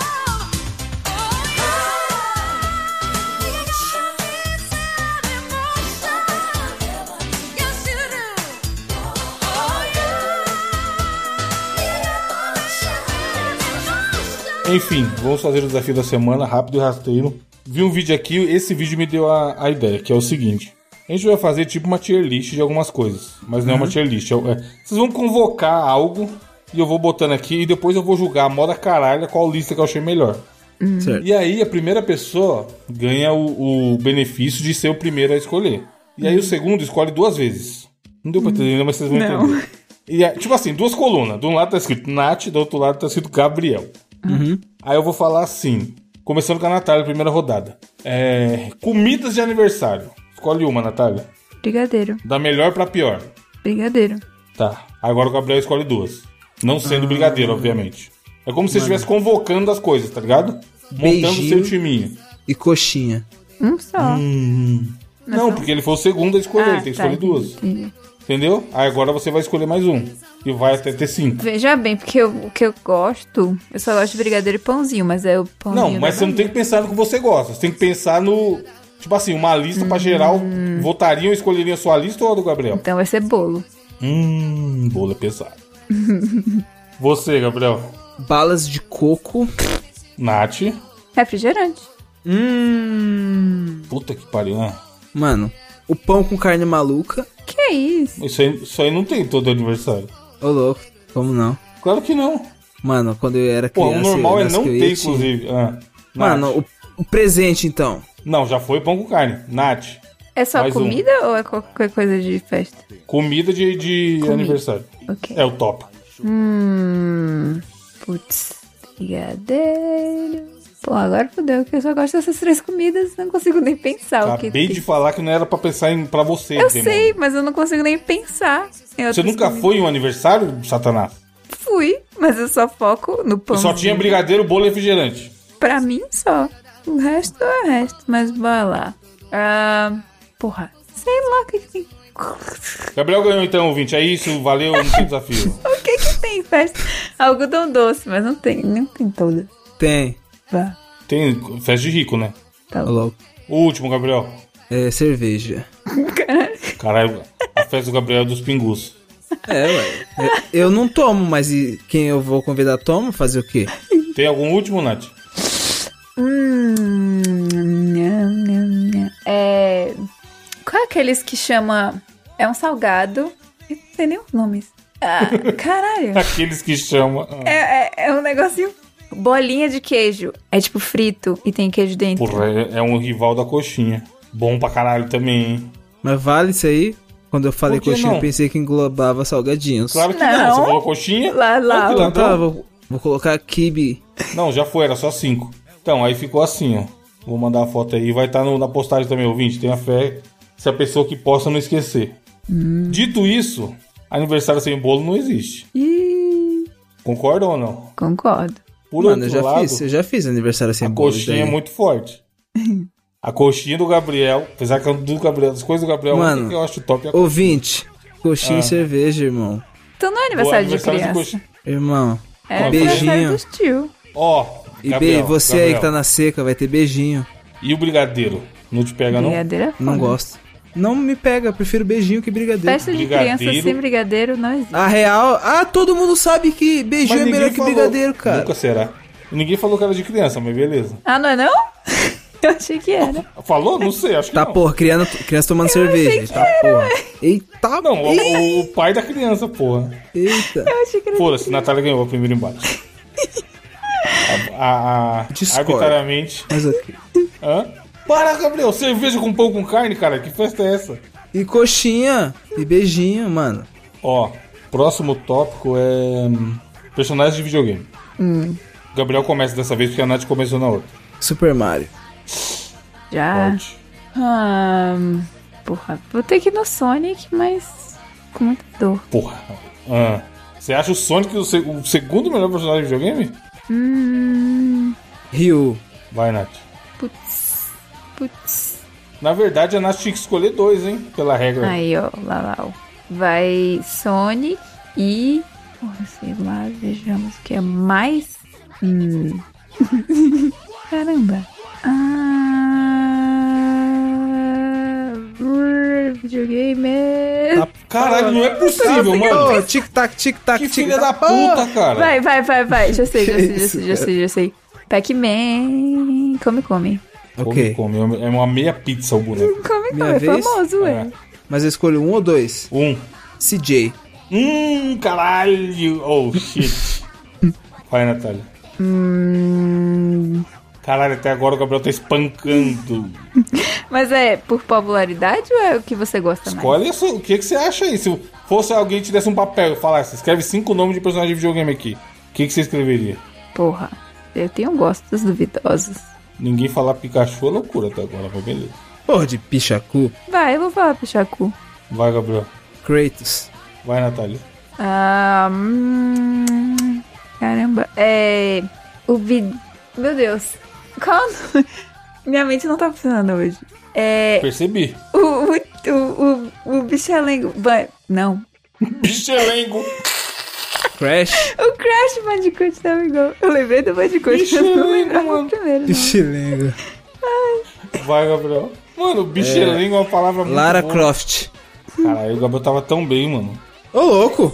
Enfim, vamos fazer o desafio da semana, rápido e rasteiro. Vi um vídeo aqui, esse vídeo me deu a, a ideia, que é o seguinte. A gente vai fazer tipo uma tier list de algumas coisas, mas não é uma tier list. é o- é- vocês vão convocar algo e eu vou botando aqui e depois eu vou julgar a moda caralho qual lista que eu achei melhor.
Certo.
E aí a primeira pessoa ganha o, o benefício de ser o primeiro a escolher. E aí o segundo escolhe duas vezes. Não deu pra entender, ainda, mas vocês vão
Não.
entender. E é, tipo assim, duas colunas. De um lado tá escrito Nath, do outro lado tá escrito Gabriel. Aí eu vou falar assim, começando com a Natália, primeira rodada. É, comidas de aniversário. Escolhe uma, Natália.
Brigadeiro.
Da melhor pra pior.
Brigadeiro.
Tá. Agora o Gabriel escolhe duas. Não sendo brigadeiro, obviamente. É como se você estivesse convocando as coisas, tá ligado? Montando o
Beijinho.
seu timinho.
E coxinha.
Um só.
Não, Ah, porque ele foi o segundo a escolher, ele Hum. tem que
tá,
escolher duas.
entendi.
Entendeu? Aí agora você vai escolher mais um. E vai até ter cinco.
Veja bem, porque eu- o que eu gosto, eu só gosto de brigadeiro e pãozinho, mas é o pãozinho.
Não, mas
da
você não tem que pensar no que você gosta. Você tem que pensar no. Tipo assim, uma lista pra geral. Votariam, escolheriam a sua lista ou a do Gabriel?
Então vai ser bolo.
Hum, bolo é [laughs] pesado. você, Gabriel.
Balas de coco.
Nath.
Refrigerante.
Hum.
Puta que pariu, né?
Mano, o pão com carne maluca.
Que é isso?
Isso aí, isso aí não tem todo aniversário.
Ô, louco, como não?
Claro que não.
Mano, quando eu era
Pô,
criança...
o normal é
nas
não
que eu ia,
ter,
tinha.
inclusive. Ah, Nath.
Mano, o, o presente, então.
Não, já foi pão com carne. Nath.
É só
Mais um.
comida ou é qualquer coisa de festa?
Comida de, de aniversário.
Ok.
É o top.
Hum. Putz. Brigadeiro. Pô, agora fodeu, que eu só gosto dessas três comidas, não consigo nem pensar É o que
Acabei
tem.
de falar que não era pra pensar em pra você,
Eu
demônio.
sei, mas eu não consigo nem pensar. em
Você
outras
nunca
comidas.
foi em um aniversário, Satanás?
Fui, mas eu só foco no pão.
Só tinha brigadeiro, bolo e refrigerante.
Pra mim só. O resto é o resto, mas bora lá. Ah, porra, sei lá o que, que tem. [laughs] O
Gabriel ganhou então, ouvinte. É isso, valeu, não tem
[laughs]
desafio.
que que tem em festa? Algodão doce, mas não tem, não tem toda.
Tem.
Vá,
Tem festa de rico, né?
tá
Ô,
bom.
louco.
O último, Gabriel.
É, cerveja.
Caralho, a festa do Gabriel é dos pingus.
É, ué. É, Eu não tomo, mas e quem eu vou convidar toma? Fazer o quê?
Tem algum último, Nath? [laughs]
Hum, nham, nham, nham. É. Qual é aqueles que chama. É um salgado. Eu não sei nem os nomes. Ah,
[laughs]
caralho.
Aqueles que chamam. ah,
É, é- é um negocinho. Bolinha de queijo. É tipo frito e tem queijo dentro.
Porra, é, é um rival da coxinha. Bom pra caralho também, hein?
Mas vale isso aí? Quando eu falei
Por que
coxinha,
não?
eu pensei que englobava salgadinhos.
Claro que não.
Não.
Você falou coxinha?
Lá, lá,
Olha que
lá.
Então tá,
ladrão.
vou, vou colocar kibe.
Não, já foi, era só tá cinco. Então, aí ficou assim, ó. Vou mandar a foto aí, vai estar na postagem também, ouvinte. Tenha fé se a pessoa que possa não esquecer.
Hum.
Dito isso, aniversário sem bolo não existe.
Ih,
Concordam ou não?
concordo.
Por
Mano, eu
outro
já
lado,
fiz, eu já fiz aniversário sem
a
bolo.
coxinha é
daí. [laughs]
muito forte. A coxinha do Gabriel, apesar que é do Gabriel, as coisas do Gabriel, a
Mano,
única que eu acho top é a
Ouvinte, coxinha
Ah.
e cerveja, irmão.
Então não é
Boa,
aniversário, de
de
criança.
coxinha.
Irmão.
É
Beijinho.
aniversário dos tio.
Ó,
E
Gabriel,
bem, você aí que tá na seca, vai ter beijinho.
E o brigadeiro? Não te pega, não? é
Brigadeiro é foda.
Não gosto. Não me pega, eu prefiro beijinho que brigadeiro.
Festa de criança
Brigadeiro.
sem brigadeiro não existe.
A real. Ah, todo mundo sabe que
Mas
beijinho é
ninguém
melhor que
falou.
brigadeiro, cara.
Nunca será. Ninguém falou que era de criança, mas beleza.
Ah, não é não? [laughs] Eu achei que era.
Falou? Não sei, acho que
Tá,
não.
porra, criança, criança tomando cerveja. Tá, porra. Eita,
Não,
ei-
o, o pai da criança, porra.
eita.
Eu achei que era.
Foda-se, Natália ganhou o primeiro embate. A, a, a,
Discordo.
arbitrariamente.
Mas ok.
Hã? Para, Gabriel, cerveja com pão com carne, cara, que festa é essa?
E coxinha. E beijinho, mano.
Ó, próximo tópico é. hum, Personagens de videogame. O Gabriel começa dessa vez porque a Nath começou na outra.
Super Mario.
Já.
Forte.
Ah, porra, vou ter que ir no Sonic, mas com muita dor.
Porra. Ah, Você acha o Sonic o, se- o segundo melhor personagem de videogame?
Hum.
Ryu.
Vai, Nath.
Putz. Putz.
Na verdade, a Nath tinha que escolher dois, hein? Pela regra.
Aí, ó, lá, lá, ó. Vai Sonic e. Porra, sei lá, vejamos o que é mais. Hum. [laughs] Caramba. Ah. brrr, Videogame.
Caralho, não é possível, mano.
Ô, tic-tac, tic-tac,
Que
tic-tac.
filha da puta, cara.
Vai, vai, vai, vai. Já sei, já
Que
sei, já
isso,
sei, já sei, já sei. Pac-Man. Come, come.
Ok.
Come, come. É uma meia pizza o boneco.
Come,
Minha
come. É
vez? Ah.
famoso,
É.
ué.
Mas eu escolho um ou dois.
Um.
CJ.
Hum, caralho. Oh, shit. Vai, Natália.
Hum,
Caralho, até agora o Gabriel tá espancando.
Mas é por popularidade ou é o que você gosta mais?
Escolhe isso, o que, que você acha aí. Se fosse alguém que te desse um papel e falasse, escreve cinco nomes de personagem de videogame aqui. O que, que você escreveria?
Porra, eu tenho gostos duvidosos.
Ninguém falar Pikachu é loucura até agora, mas beleza.
Porra de pichacu.
Vai, eu vou falar pro Chacu.
Vai, Gabriel.
Kratos.
Vai, Natália.
Ah, hum, caramba, é. O vídeo. Meu Deus. Qual. o nome? [laughs] Minha mente não tá funcionando hoje. É.
Percebi.
O, o, o, o, o bichelengo. ba- Não.
Bichelengo.
[laughs]
Crash.
O Crash Bandicoot tava igual. Eu lembrei do Bandicoot, mas não
é
Bichelengo,
lembrava
mano.
o primeiro. não.
Pichilengo.
Vai, Gabriel. Mano, bichelengo é, uma palavra muito
Lara
boa.
Croft.
Caralho, o Gabriel tava tão bem, mano.
Ô, louco.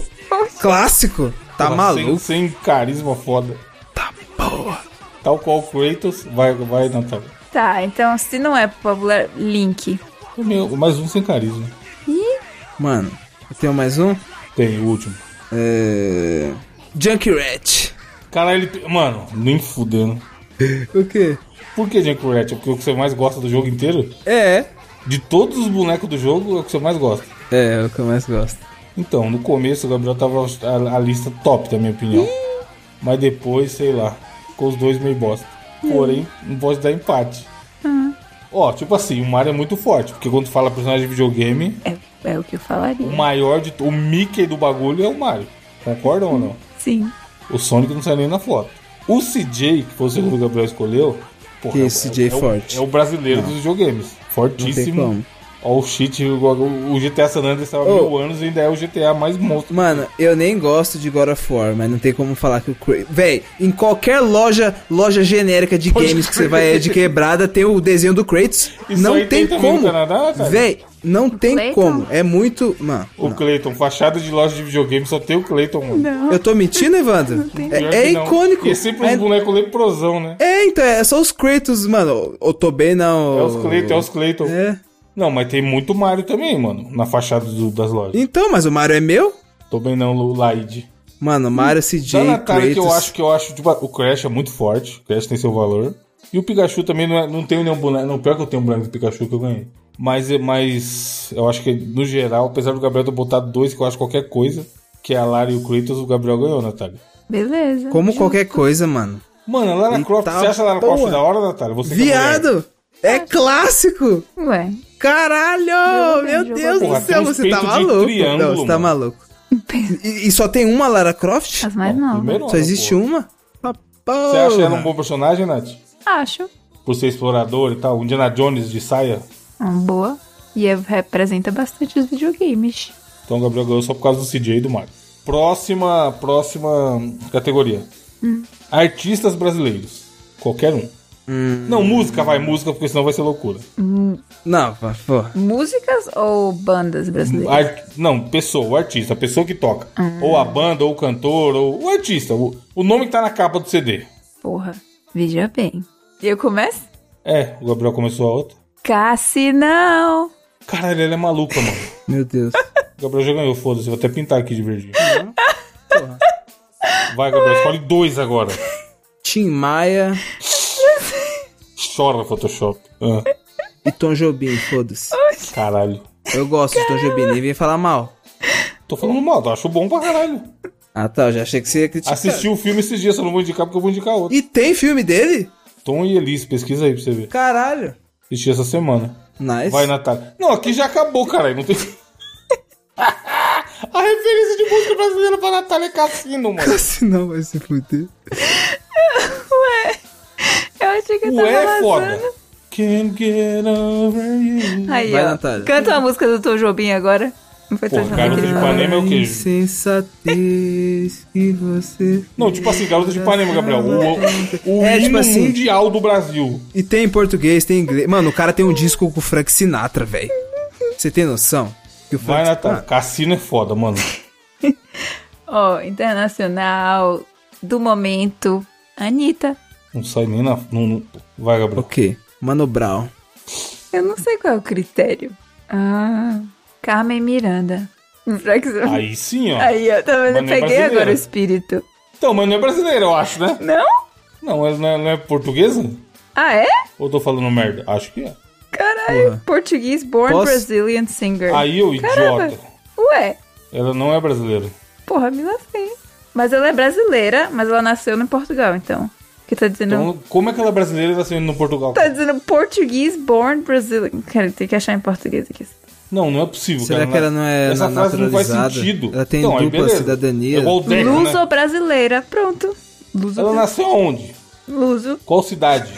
Clássico. Tá
Porra,
maluco.
Sem, sem carisma foda. Tá boa. Tal qual o Kratos. Vai, vai, Natália.
Tá, então se não é popular, Link.
O meu, mais um sem carisma.
Mano, eu tenho mais um?
Tem, o último.
É... Junkrat.
Caralho, ele. tem- Mano, nem fudendo.
O quê?
Por que Junkrat? É porque o que você mais gosta do jogo inteiro?
É.
De todos os bonecos do jogo, é o que você mais gosta.
É, o que eu mais gosto.
Então, no começo o Gabriel tava a, a lista top, da minha opinião. Mas depois, sei lá, ficou os dois meio bosta.
Hum.
Porém, não pode dar empate. Ó, tipo assim, o Mario é muito forte, porque quando fala personagem de videogame,
É, é o que eu
o
falaria.
maior de to- o Mickey do bagulho é o Mario. Concordam ou
Hum.
não?
Sim.
O Sonic não sai nem na foto. O CJ, que foi o segundo que o Gabriel escolheu, porra,
Que
é o-
CJ
é, o-
forte.
é o brasileiro dos videogames.
Não tem
Fortíssimo.
como.
Ó, o cheat, o, o GTA San Andreas estava há
Ô.
mil anos e ainda é o GTA mais monstro.
Mano, eu nem gosto de God of War, mas não tem como falar que o Kratos... Véi, em qualquer loja, loja genérica de
Pode
games que você
crer.
vai é de quebrada, tem o desenho do Kratos.
Isso
não
aí
tem,
tem também no
como.
Canadá, cara?
Véi, não tem
Clayton?
como. É muito... Mano,
O
não.
Clayton, fachada de loja de videogame, só tem o Clayton, mano.
eu tô mentindo, Evandro? É,
Pior
é
que não.
icônico.
E é sempre
É-
uns bonecos leprosão, né?
É, então, é só os Kratos, mano. Eu tô bem, não.
É os Clayton, é os Clayton.
É.
Não, mas tem muito Mario também, mano, na fachada do- das lojas.
Então, mas o Mario é meu?
Tô bem não, Lu- Laide.
Mano, Mario, CJ,
Só Hum, na cara
Kratos...
que eu acho que eu acho, tipo, o Crash é muito forte, o Crash tem seu valor. E o Pikachu também não, é, não tem nenhum boneco, não, pior que eu tenho um boneco do Pikachu que eu ganhei. Mas, é- mas eu acho que, no geral, apesar do Gabriel ter botado dois, que eu acho qualquer coisa, que é a Lara e o Kratos, o Gabriel ganhou, né, Natália. é
Beleza.
um
Como qualquer coisa, mano.
Mano, a Lara
Eita
Croft, você tá acha a Lara
porra.
Croft da hora, Natália? Você que é mulher.
Viado! É clássico!
Ué, [laughs]
Caralho!
Meu
Meu
Deus,
Deus
eu
odeio.
do céu,
Porra,
você
tem um
tá
peito de
maluco.
triângulo,
Não, você tá
mano.
maluco. E, e só tem uma Lara Croft?
As mais não.
primeiro
Só
ano,
existe
porra.
uma? Ah,
Você acha ela um
porra.
bom personagem, Nath?
Acho. É
Por ser explorador e tal, Um Indiana Jones de saia.
Uma boa. E é- representa bastante os videogames.
Então o Gabriel ganhou só por causa do CJ e do Mario. Próxima, próxima categoria. Artistas brasileiros. Qualquer um.
Hum.
Não, música, vai, música, porque senão vai ser loucura.
Não, pô, porra.
Músicas ou bandas brasileiras?
Ar- Não, pessoa, o artista, a pessoa que toca. Ou a banda, ou o cantor, ou o artista. O, o nome que tá na capa do CD.
Porra. Veja bem. Eu começo?
É, o Gabriel começou a outra.
Cassi, não!
Caralho, ela é maluca, mano.
Meu [laughs] Deus.
O Gabriel já ganhou, foda-se, vou até pintar aqui de verdinho. Vai, Gabriel, escolhe dois agora.
Tim Maia
Chora, Photoshop. Ah,
e Tom Jobim, foda-se.
caralho.
Eu gosto de Tom Jobim, nem vem falar mal.
Tô falando mal, eu acho bom pra caralho.
Ah tá, eu já achei que você ia criticar.
Assisti o filme esses dias, só não vou indicar porque eu vou indicar outro.
E tem filme dele?
Tom e Elise, pesquisa aí pra você ver.
Caralho.
Assisti essa semana.
Nice.
Vai, Natália. Não, aqui já acabou, caralho. Não tem. [laughs] A referência de música brasileira pra Natália é cassino, mano.
[laughs] Se não vai se fuder.
Eu achei que eu tava
Ué, é
arrasando.
foda. Can't get over you.
Aí,
Vai,
ó.
Natália.
Canta uma música do Tom Jobim agora. Não foi
Pô,
Tom Jobim
garoto
que ele
de
falou.
Ipanema é o quê?
Insensatez que você...
Não, tipo assim, garota de Ipanema, Gabriel. O, o, o
É, tipo
hino
assim.
mundial do Brasil.
E tem em português, tem em inglês. Mano, o cara tem um disco com o Frank Sinatra, velho. Você tem noção? Que o
Vai,
Frank
Natália. Cassino é foda, mano.
Ó, internacional do momento. Anitta.
Não sai nem na. não- não- Vai, Gabriel.
Ah, Ok. Mano Brown.
Eu não sei qual é o critério. Ah, Carmen Miranda. Será que você-
Aí sim, ó.
Aí, ó, tá vendo?
Mas
Eu
não é
peguei agora
brasileira.
o espírito.
Então, mas não é brasileira, eu acho, né?
Não?
Não, ela não é, não é portuguesa?
Ah, é?
Ou eu tô falando merda? Acho que é.
Caralho.
Porra.
Português born
Posso?
Brazilian singer.
Aí, ô
É. Caramba.
idiota.
Ué,
Ela não é brasileira.
porra, me lasquei. Mas ela é brasileira, mas ela nasceu em Portugal, então. Que tá dizendo.
Então, como é que ela é brasileira e tá saindo no Portugal?
Tá dizendo português born Brazilian. Cara, tem que achar em português aqui.
Não, não é possível.
Será
cara,
que ela não é
Essa
na-
frase não faz
naturalizada?
sentido. Então,
Ela tem
aí
dupla
beleza.
cidadania.
É igual o Deco, né?
Luso brasileira, pronto. Luso.
Ela nasceu onde?
Luso.
Qual cidade?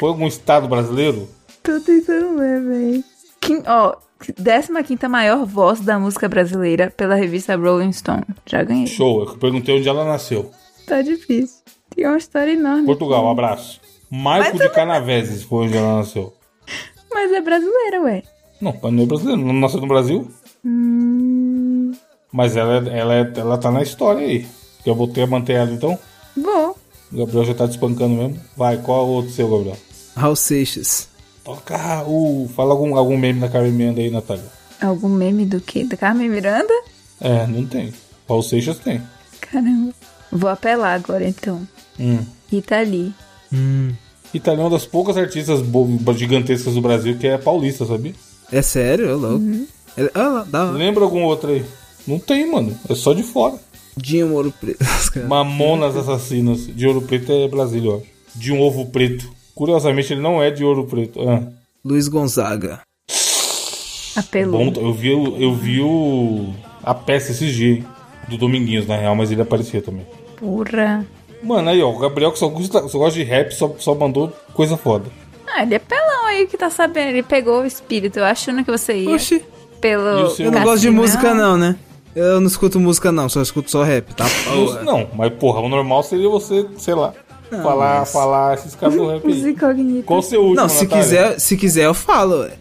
Foi algum estado brasileiro?
Tô tentando ler, véi. Quin- Ó, 15 maior voz da música brasileira pela revista Rolling Stone. Já ganhei.
Show, é que eu perguntei onde ela nasceu.
Tá difícil. Tem uma história enorme.
Portugal, um abraço. Marco de Canaveses foi onde ela nasceu.
Mas é brasileira, ué.
Não, mas não é brasileira, não nasceu no Brasil.
Hum.
Mas ela, é- ela, é- ela tá na história aí. Eu voltei a manter ela então.
Bom.
O Gabriel já tá te espancando mesmo. Vai, qual é o outro seu, Gabriel?
Raul Seixas.
Toca o. Fala algum, algum meme da Carmen Miranda aí, Natália.
Algum meme do quê? Da Carmen Miranda?
É, não tem. Paul Seixas tem.
Caramba. Vou apelar agora, então.
Hum.
Rita Lee.
Itália é uma das poucas artistas bo- gigantescas do Brasil que é paulista, sabia?
É sério? Ô, louco. Ele- Ah, lá, dá lá.
Lembra algum outro aí? Não tem, mano. É só de fora.
Dinho Moro Preto. [laughs] Os caras-
Mamonas Assassinas. De Ouro Preto é Brasília, eu acho. De um ovo preto. Curiosamente, ele não é de ouro preto. Ah,
Luiz Gonzaga.
Apelou.
bom, eu vi, o- eu vi o, a peça esses dias, hein? Do Dominguinhos, na real, mas ele aparecia também.
Porra.
Mano, aí, ó, o Gabriel que só gosta, só gosta de rap, só, só mandou coisa foda.
Ah, ele é pelão aí que tá sabendo. Ele pegou o espírito, eu achando que você ia.
Oxi.
Pelo.
E o seu?
Eu não
Cassinão.
gosto de música não, né? Eu não escuto música não, só escuto só rap,
[laughs]
tá?
Não, Não, mas porra, o normal seria você, sei lá, falar, falar esses caras do rap
Os
aí.
incógnitos.
Qual o seu último,
Não, se
Natália?
quiser, se quiser eu falo, ué.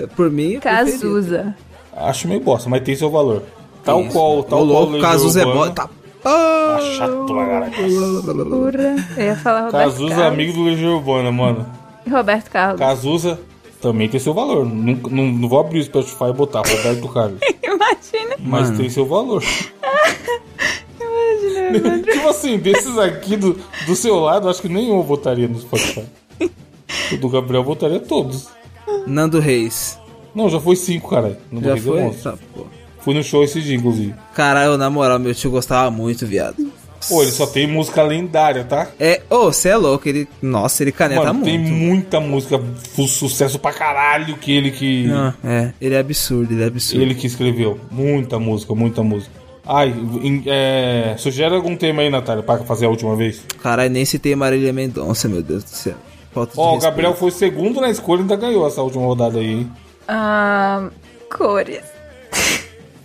É Por mim, eu preferiria.
Cazuza.
Acho meio bosta, mas tem seu valor. Tal
Isso.
qual, tal
Ô,
qual.
louco,
Legião
Cazuza é
Urbana.
bom. Tá. Ah,
Tá chato pra caralho.
Porra. Eu ia falar Roberto
Cazuza é
Carlos.
amigo do Legião Urbana, mano.
Roberto Carlos.
Cazuza também tem seu valor. Não, não, não vou abrir o Spotify e botar Roberto
[laughs]
Carlos.
[laughs] Imagina.
Mas tem seu valor. [laughs]
Imagina.
tipo assim, desses aqui do, do seu lado, acho que nenhum eu votaria no Spotify. O do Gabriel eu votaria todos.
Nando Reis.
Não, já foi cinco, caralho. Não
Já
Reis é
foi?
monstro.
Tá, pô.
Fui no show esse dia, inclusive.
Caralho, na moral, meu tio gostava muito, viado.
Pô, ele só tem música lendária, tá?
É, ô, você é louco, ele. Nossa, ele caneta
Mano, tem
É, tá muito.
muita música, fu- sucesso pra caralho que ele que.
Ah, é, ele é absurdo, ele é absurdo.
Ele que escreveu. Muita música, muita música. Ai, em- é, sugere algum tema aí, Natália, pra fazer a última vez.
Caralho, nem citei Marília Mendonça, meu Deus do céu. Falta de
Ó, o
respeito.
Gabriel foi segundo na escolha e ainda ganhou essa última rodada aí, hein?
Ahn, cores.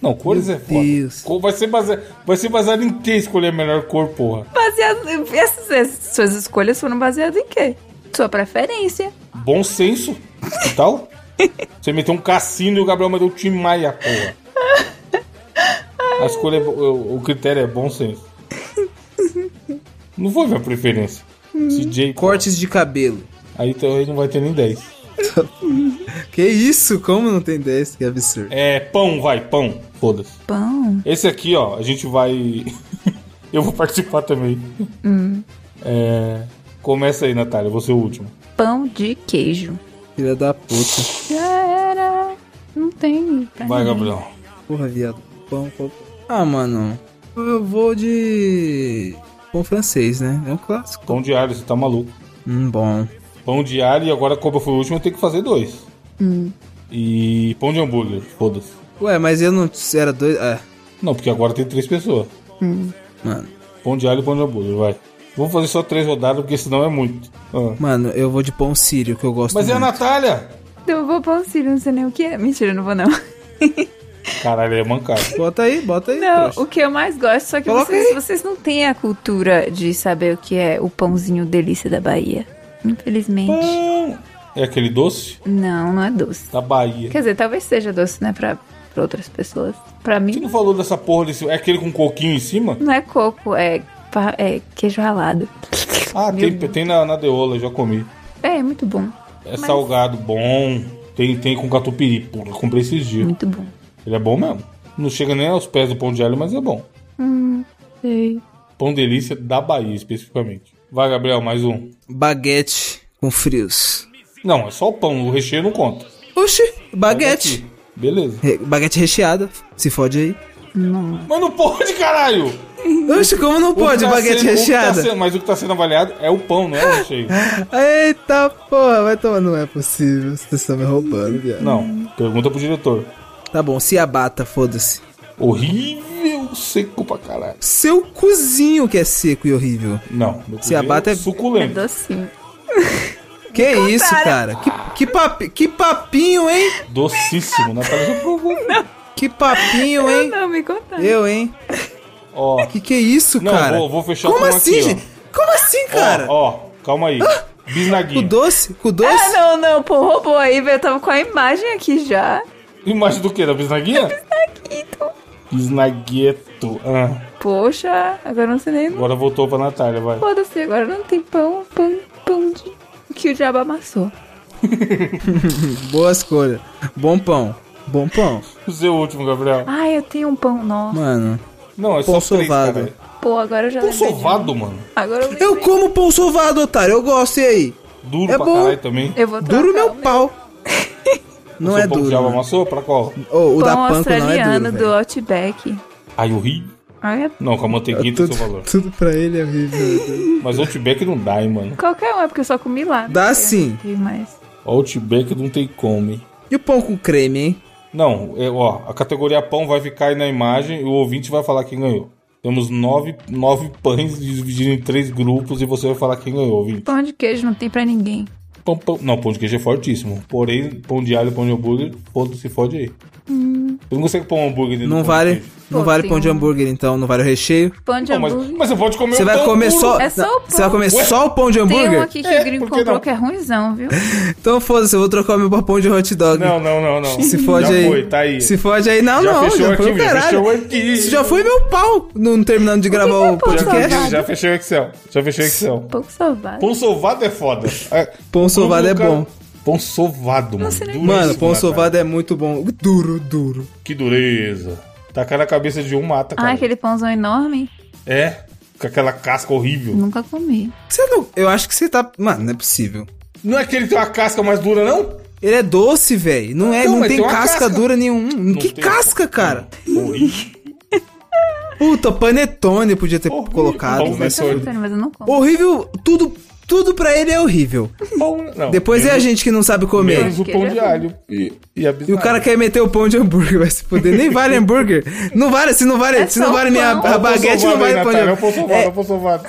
Não, cores é foda.
Deus.
Cor- Vai ser, baseado, vai ser baseado em quem escolher a melhor cor, porra.
Baseado. Essas, essas suas escolhas foram baseadas em quê? Sua preferência.
Bom senso e tal. Você meteu um cassino e o Gabriel meteu o Tim Maia, porra. A escolha, é bo- o o critério é bom senso. Não foi minha preferência. CJ,
Cortes de cabelo.
aí então ele não vai ter nem 10.
Que isso? Como não tem 10? Que absurdo.
É, pão, vai, pão. Foda-se.
Pão.
Esse aqui, ó, a gente vai. [laughs] Eu vou participar também. É, Começa aí, Natália, você é o último.
Pão de queijo.
Filha da puta.
Já era. Não tem. pra
Vai,
ninguém.
Gabriel.
Porra, viado. Pão, pão. Ah, mano. Eu vou de. Pão francês, né? É um clássico.
Pão de alho, você tá maluco.
Hum, bom.
Pão de alho e agora, como eu fui o último, eu tenho que fazer dois. E pão de hambúrguer, foda-se.
Ué, mas eu não era dois. É,
Não, porque agora tem três pessoas.
mano.
Pão de alho e pão de hambúrguer, vai. Vamos fazer só três rodadas, porque senão é muito. Ah.
Mano, eu vou de pão sírio, que eu gosto
Mas é a
muito.
Natália!
Eu vou pão sírio, não sei nem o que é. Mentira, eu não
[laughs]
vou não.
Caralho, é mancado.
Bota aí, bota aí.
Não,
trouxa.
o que eu mais gosto, só que
Coloca
vocês,
aí.
vocês não têm a cultura de saber o que é o pãozinho delícia da Bahia. Infelizmente.
Pão. É aquele doce?
Não, não é doce.
Da Bahia.
Quer dizer, talvez seja doce, né, pra, pra outras pessoas. Pra
Você
mim,
não falou dessa porra desse. É aquele com coquinho em cima?
não é coco, é, pa- é queijo ralado.
Ah,
Meu
tem, tem na, na deola, já comi.
É, é muito bom,
É salgado, bom. Tem, tem com catupiry. Porra, comprei esses dias.
muito bom.
Ele é bom mesmo. Não chega nem aos pés do pão de alho, mas é bom.
Sei.
Pão delícia da Bahia, especificamente. Vai, Gabriel, mais um.
Baguete com frios.
Não, é só o pão, o recheio não conta.
Oxi,
Baguete.
baguete.
Beleza.
Re- Baguete recheada. Se fode aí.
Mas não pode, caralho!
Oxi, como não
O que
pode
tá
baguete
sendo- o que tá
recheada?
sendo- mas o que tá sendo avaliado é o pão, não é o
[laughs]
recheio.
Eita porra, vai tomar. Não é possível. Vocês estão me roubando, viado.
Não, pergunta pro diretor.
Tá bom, se abata, foda-se.
Horrível, seco pra caralho.
Seu cozinho que é seco e horrível.
Não, meu
Se abata é-
É
suculento.
docinho.
Que isso, cara? Que, que, papi- que papinho, hein?
Docíssimo, né? um Natália já provou.
Que papinho, hein?
Ah, Não, me conta.
Eu, hein?
Ó,
Que que é isso,
Não,
cara?
vou- vou fechar
Como
com um
assim,
aqui, ó.
gente? Como assim, cara? Ah,
ó, ó, calma aí.
Com
Bisnaguinha.
doce? Com doce?
Ah, não, não, pô, roubou aí, velho. Eu tava com a imagem aqui já.
Imagem do que?
[laughs]
Da bisnaguinha?
Taquito.
Bisnagueto. Ah,
Poxa, agora eu não sei nem o
agora voltou pra Natália, vai.
Foda-se, agora não tem pão, pão, pão de... que o diabo amassou.
Boa escolha. Bom pão. Bom pão.
O seu último, Gabriel.
Ah, eu tenho um pão, nossa.
Mano,
Não, é só
pão
três,
sovado.
cara.
Pô, agora eu já
Pão
lembrei de um.
sovado, mano.
Agora eu
Eu
lembrei.
como pão sovado, otário. Eu gosto, e aí?
Duro
É
pra
bom.
caralho também.
Eu vou trocar
Duro
o
meu
meu
pau.
[laughs]
Não é
Seu pão um de
duro.
diabo
mano.
amassou? Pra qual?
Ô, o da
pão
panko não é
australiano
duro,
do
velho.
Outback.
Ai, o rio.
Olha,
Não, com a manteiguinha tem seu valor.
tudo pra ele é horrível.
Mas Outback não dá, hein, mano.
qualquer um, é porque eu só comi lá.
Dá
Eu
sim.
não sei mais.
Outback não tem como, hein.
e o pão com creme, hein?
Não, é, ó, a categoria pão vai ficar aí na imagem e o ouvinte vai falar quem ganhou. Temos nove, nove pães divididos em três grupos e você vai falar quem ganhou, ouvinte.
Pão de queijo não tem pra ninguém.
Pão, pão- não, pão de queijo é fortíssimo. Porém, pão de alho, pão de hambúrguer, ponto se fode aí. Você não consegue pôr um hambúrguer dentro
Não
do pão
vale,
de queijo.
não
Pô,
vale
tem
pão de
um-
hambúrguer, então. Não vale o recheio.
Pão de
Não, mas,
hambúrguer.
mas você pode comer
Você
um
vai
pão
comer
puro.
só.
É só o
Você vai
pão.
comer
Ué,
só o pão de
Tem um
hambúrguer?
aqui que
É,
o gringo
por que
comprou
não?
que é
[laughs]
ruimzão, viu?
Então foda-se, eu vou trocar o meu papão de hot dog.
Não, não, não, não.
Se fode
já
aí.
foi, tá aí.
Se fode aí, não,
Já
não.
fechou
já foi
aqui,
o
já
caralho.
fechou aqui.
Isso já foi meu pau não terminando de gravar
que é
o
pão
já,
podcast.
salgado?
fechei, já fechei o Excel. Já fechei o Excel.
Pão sovado.
Pão sovado é foda. É,
Pão sovado é
nunca-
bom.
Pão sovado, mano.
sei nem-
Duríssimo,
Mano, pão
Natália.
sovado é muito bom. Duro, duro.
Que dureza. Tacar na cabeça de um mata, cara.
Ah, aquele pãozão enorme?
É, com aquela casca horrível.
Nunca comi.
Você não. Eu acho que você tá. Mano, não é possível.
Não é que ele tem uma casca mais dura, não?
Ele é doce, velho. Não é,
Não,
não,
mas
tem
tem uma
Hum, casca,
casca.
dura nenhum. que
tem.
casca, cara?
Horrível.
Puta, panetone podia ter
Horrível.
colocado.
Bom,
vai
mas
se
Eu
foi-
não
fuder.
sei, mas eu não como.
Horrível, tudo, tudo pra ele é horrível.
Pão, não,
Depois é a
menos-
gente que não sabe comer.
Menos o pão de alho e, e a
E o cara quer meter o pão de hambúrguer, vai se fuder. Nem
[laughs]
vale hambúrguer. Não vale, se não vale,
É
se não
só
vale
o
minha
pão.
a baguete, não vale pão de
É o pão
hambúrguer.
sovado, é
É,
o pão sovado.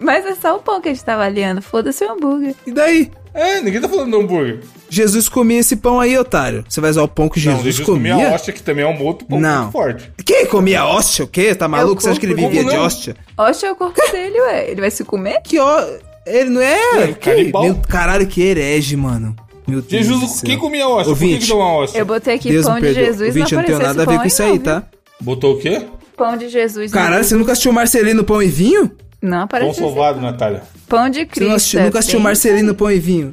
Mas é só o pão que a gente tá avaliando. Foda-se o hambúrguer.
e daí?
É, ninguém tá falando do hambúrguer.
Jesus comia esse pão aí, otário. Você vai usar o pão que Jesus,
não, Jesus
comia?
comia a hóstia, que também é um outro pão
Não.
muito forte.
Quem comia hóstia? O quê?
É
Tá maluco? Você acha que ele
corpo,
vivia de
como não?
hóstia?
Oxe, é o corpo dele, ué. Ele vai se comer?
Que ó... Ele não é...
Ué,
que...
canibal.
Meu, caralho, que herege, mano. Meu Deus do
Jesus,
céu.
quem comia hóstia? Por que
Ouvinte,
que deu uma hóstia?
Eu botei aqui
Deus
pão
me
de
perdoe.
Jesus
Ouvinte,
não
não tenho
apareceu
nada a
esse
ver
pão
com
aí
isso
não,
aí,
viu?
tá?
Botou o quê?
Pão de Jesus não-
Caralho, você nunca assistiu Marcelino Pão e Vinho?
não
Pão
apareceu. esse-
sovado, Natália.
Pão de
Você não
Cristo. Hum.
assistiu, nunca assistiu
tem.
Marcelino Pão e Vinho?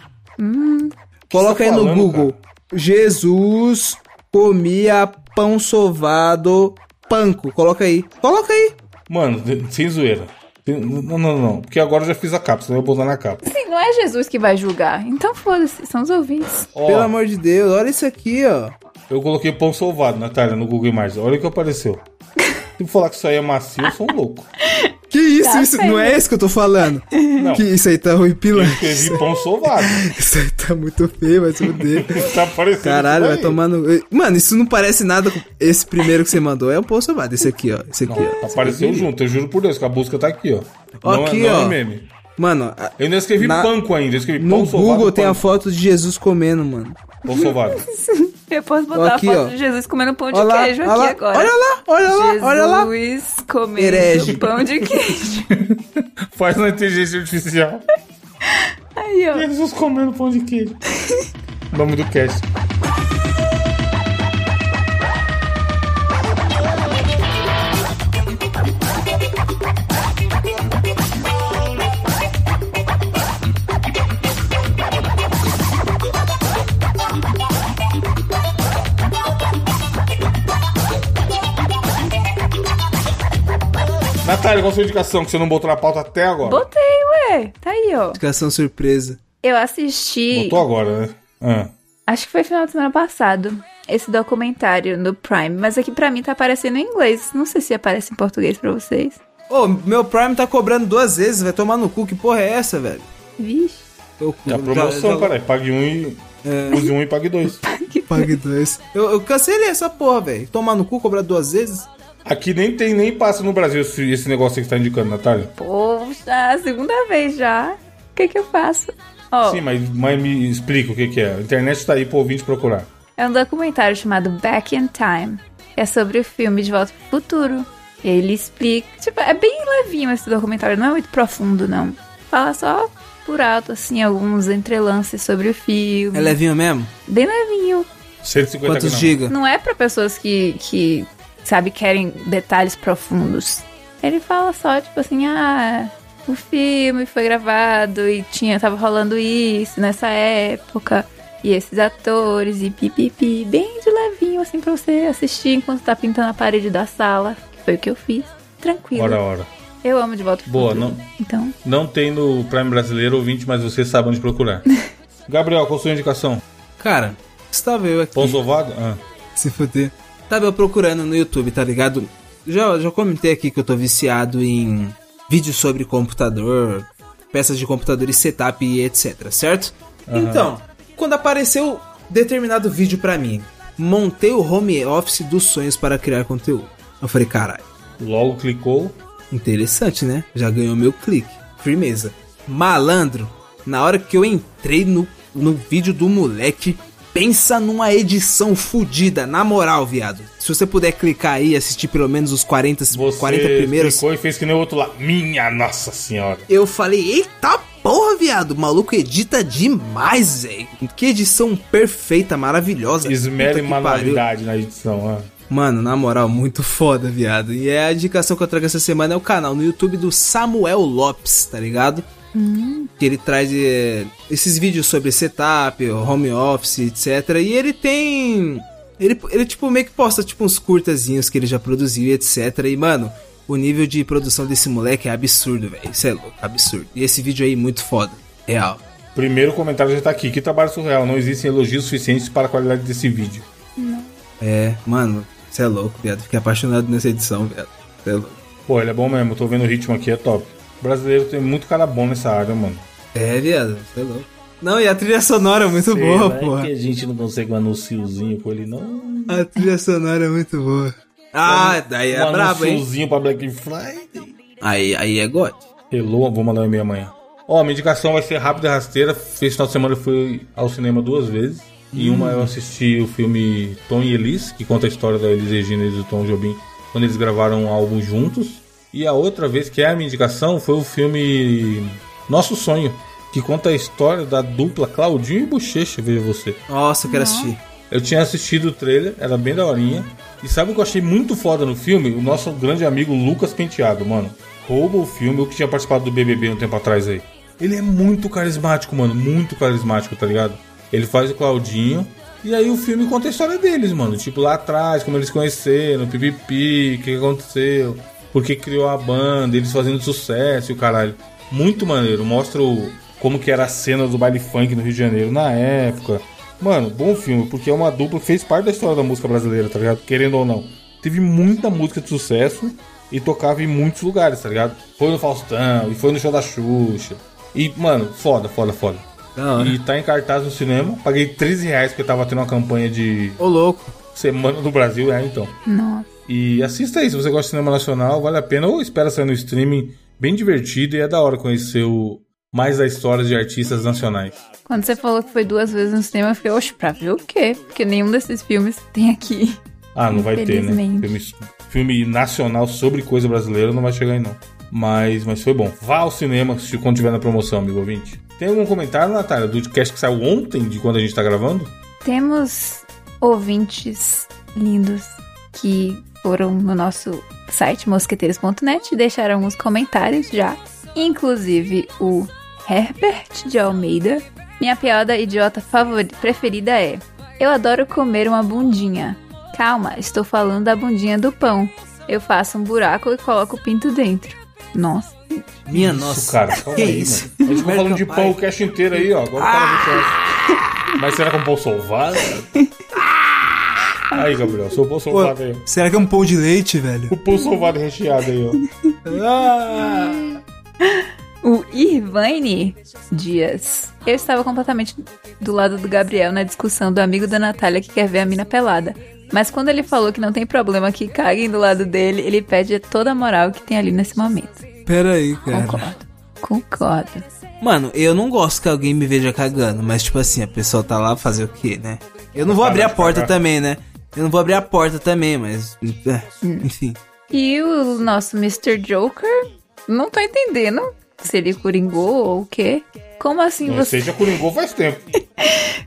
Coloca
você
aí
tá
no
falando,
Google. Jesus comia pão sovado panco. Coloca aí. Coloca aí.
Mano, de- sem zoeira. Sem- Não, não, não. Porque agora eu já fiz a capa, senão eu vou botar na capa.
Sim, não é Jesus que vai julgar. Então foda-se, são os ouvintes.
Ó,
Pelo amor de Deus, olha isso aqui, ó.
eu coloquei pão sovado, Natália, no Google Imagens. Olha o que apareceu. Se falar que isso aí é macio, eu sou um
[laughs]
louco.
Que isso?
Tá
isso
feio.
não é isso que eu tô
[laughs]
falando. Que isso aí tá
Eu
horripilante.
escrevi pão sovado.
[laughs] Isso aí tá muito feio, vai se fuder.
[laughs] Tá aparecendo.
Caralho,
isso
vai
aí.
tomando. Mano, isso não parece nada com. Esse primeiro que você mandou é um pão sovado. Esse aqui, ó. Esse aqui, ó.
Não, apareceu junto, eu juro por Deus que a busca tá aqui, ó. não
Aqui,
é, não
ó.
é meme.
Mano, a-
Eu não escrevi
Na-
panco ainda, eu escrevi
no
pão sovado.
Google tem a
panco.
foto de Jesus comendo, mano. [laughs]
Pão sovado.
Depois botar
Aqui,
a foto
ó.
de Jesus comendo pão de
Olha lá,
queijo
olha
é? aqui
lá,
agora.
olha lá, olha lá, olha lá.
Jesus comendo
Herege.
pão de queijo. [laughs]
Faz na inteligência artificial.
Aí, ó.
Jesus comendo pão de queijo. Nome do cast. Natália, qual a sua indicação que você não botou na pauta até agora?
Botei, ué. Tá aí, ó.
Indicação surpresa.
Eu assisti.
Botou agora, né? Ah.
Acho que foi final de semana passado. Esse documentário no Prime. Mas aqui pra mim tá aparecendo em inglês. Não sei se aparece em português pra vocês.
Ô, meu Prime tá cobrando duas vezes, vai tomar no cu. Que porra é essa, velho?
Vixe.
Eu,
É a promoção,
tá,
caralho. Pague um e.
É.
Use um e pague dois.
Pague dois. Eu, eu cancelei essa porra, velho. Tomar no cu, cobrar duas vezes?
Aqui nem tem, nem passa no Brasil esse, esse negócio aí que você tá indicando, Natália.
Poxa, segunda vez já. O que que eu faço? Ó,
Sim, mas, mas me explica o que, que é. A internet tá aí pro ouvinte procurar.
é um documentário chamado Back in Time. É sobre o filme De Volta pro Futuro. Ele explica... Tipo, é bem levinho esse documentário. Não é muito profundo, não. Fala só por alto, assim, alguns entrelances sobre o filme.
É levinho mesmo?
Bem levinho.
150
Quantos
gramas.
giga?
Não é pra pessoas que, que, sabe, querem detalhes profundos. Ele fala só, tipo assim, ah, o filme foi gravado e tinha, tava rolando isso nessa época. E esses atores e pipipi, bem de levinho, assim, pra você assistir enquanto tá pintando a parede da sala. que Foi o que eu fiz. Tranquilo.
Ora, ora.
Eu amo de volta pro
Boa,
Futuro.
não-
Então,
Não tem no Prime brasileiro ouvinte, mas você sabe
[laughs]
onde procurar. Gabriel, qual a sua indicação?
Cara, estava eu aqui.
Pão sovado? Ah.
Se fuder. Tava eu procurando no YouTube, tá ligado? Já, já comentei aqui que eu tô viciado em vídeos sobre computador, peças de computador e setup e etc, certo? Então, quando apareceu determinado vídeo pra mim, montei o home office dos sonhos para criar conteúdo. Eu falei, caralho,
Logo clicou.
interessante, né? Já ganhou meu clique. Firmeza. Malandro, na hora que eu entrei no, no vídeo do moleque, pensa numa edição fodida, na moral, viado. Se você puder clicar aí e assistir pelo menos os 40,
Você
40 primeiros.
clicou e fez que nem o outro lá. Minha nossa senhora.
Eu falei, eita porra, viado, o maluco edita demais, velho. Que edição perfeita, maravilhosa.
Esmere
Puta que pariu.
manualidade na edição. Ah.
Mano, na moral, muito foda, viado. E é a indicação que eu trago essa semana é o canal no YouTube do Samuel Lopes, tá ligado? Que ele traz é, esses vídeos sobre setup, home office, etc. E ele tem. Ele, ele, tipo, meio que posta, tipo, uns curtazinhos que ele já produziu, etc. E, mano, o nível de produção desse moleque é absurdo, velho. Isso é louco, absurdo. E esse vídeo aí, muito foda. Real.
Primeiro comentário já tá aqui. Que trabalho surreal. Não existem elogios suficientes para a qualidade desse vídeo.
É, mano, você é louco, viado. Fiquei apaixonado nessa edição, viado. Martelo.
Pô, ele é bom mesmo, eu tô vendo o ritmo aqui, é top. brasileiro tem muito cara bom nessa área, mano.
É, viado, você é louco. Não, e a trilha sonora é muito
Sei
boa,
lá, é
porra.
que a gente não consegue um anunciozinho com ele, não.
A trilha sonora é muito boa. Ah, daí é
um
brabo, hein?
anunciozinho pra Black Friday.
Aí, aí é God.
Hello, vou mandar um e-mail amanhã. Ó, minha indicação vai ser rápida e rasteira. Esse final de semana eu fui ao cinema duas vezes. Em uma eu assisti o filme Tom e Elis, que conta a história da Elis Regina e do Tom Jobim, quando eles gravaram um álbum juntos. E a outra vez, que é a minha indicação, foi o filme Nosso Sonho, que conta a história da dupla Claudinho e Bochecha, veja você.
Nossa, eu quero assistir.
Eu tinha assistido o trailer, era bem daorinha. E sabe o que eu achei muito foda no filme? O nosso grande amigo Lucas Penteado, mano. Rouba o filme, o que tinha participado do BBB um tempo atrás aí. Ele é muito carismático, mano. Muito carismático, tá ligado? Ele faz o Claudinho. E aí o filme conta a história deles, mano. Tipo, lá atrás, como eles se conheceram, pipipi, o que aconteceu. Por que criou a banda, eles fazendo sucesso e o caralho. Muito maneiro. Mostra o, como que era a cena do baile funk no Rio de Janeiro na época. Mano, bom filme, porque é uma dupla que fez parte da história da música brasileira, tá ligado? Querendo ou não. Teve muita música de sucesso e tocava em muitos lugares, tá ligado? Foi no Faustão, e foi no show da Xuxa. E, mano, foda, foda, foda.
Da hora.
E tá em cartaz no cinema. Paguei 13 reais porque tava tendo uma campanha de
Ô, louco.
Semana do Brasil, é então.
Nossa.
E assista aí, se você gosta de cinema nacional, vale a pena. Ou espera sair no streaming, bem divertido e é da hora conhecer o... mais da história de artistas nacionais.
Quando você falou que foi duas vezes no cinema, eu fiquei, oxe, pra ver o quê? Porque nenhum desses filmes tem aqui.
Ah, não vai ter, né? Filme,
Infelizmente.
filme nacional sobre coisa brasileira não vai chegar aí, não. Mas, mas foi bom. Vá ao cinema se quando tiver na promoção, amigo ouvinte. Tem algum comentário, Natália, do cast que saiu ontem, de quando a gente tá gravando?
Temos ouvintes lindos que foram no nosso site mosqueteiros.net e deixaram alguns comentários já. Inclusive o Herbert de Almeida. Minha piada idiota favori- preferida é: Eu adoro comer uma bundinha. Calma, estou falando da bundinha do pão. Eu faço um buraco e coloco o pinto dentro. Nossa.
Minha
Isso,
nossa.
cara, calma
que
aí,
isso?
mano. A gente ficou falando de
American
pão o
Pie.
cast inteiro aí, ó. Agora o cara
Ah!
deixou- Mas será que é um Bolsonaro? aí, Gabriel, seu
Pô,
Bolsonaro aí.
será que é um pão de leite, velho?
O Bolsonaro recheado aí, ó.
Ah,
O Irvine Dias. Eu estava completamente do lado do Gabriel na discussão do amigo da Natália que quer ver a mina pelada. Mas quando ele falou que não tem problema que caguem do lado dele, ele pede toda a moral que tem ali nesse momento.
pera aí, cara.
Concordo. Concordo.
Mano, eu não gosto que alguém me veja cagando, mas tipo assim, a pessoa tá lá fazer o quê, né? Eu não vou
Parar
abrir a
de
porta
cagar.
também, né? Eu não vou abrir a porta também, mas. é, Enfim.
E o nosso Mr. Joker? Não tô entendendo se ele coringou ou o quê. Como assim
Não
você.
seja É, Coringou faz tempo.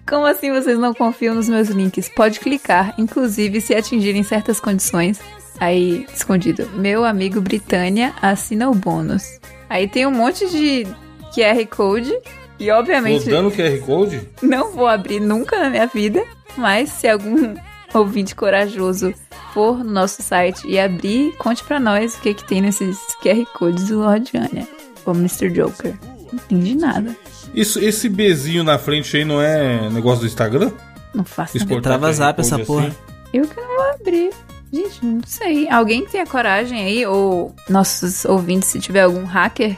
Como assim vocês não confiam nos meus links? Pode clicar, inclusive se atingirem certas condições. Aí, escondido. Meu amigo Britânia assina o bônus. Aí tem um monte de QR Code. E obviamente
Mudando o QR Code?
não vou abrir nunca na minha vida. Mas se algum [laughs] ouvinte corajoso for no nosso site e abrir, conte pra nós o que, que tem nesses QR Codes do Lordiania. Ou Mr. Joker. Não entendi nada.
Isso, esse Bzinho na frente aí não é negócio do Instagram?
Não faço nada.
Exportar
Trava
QR
zap essa
Code
porra.
assim?
Eu que não vou abrir. Gente, não sei. Alguém que tenha coragem aí, ou nossos ouvintes, se tiver algum hacker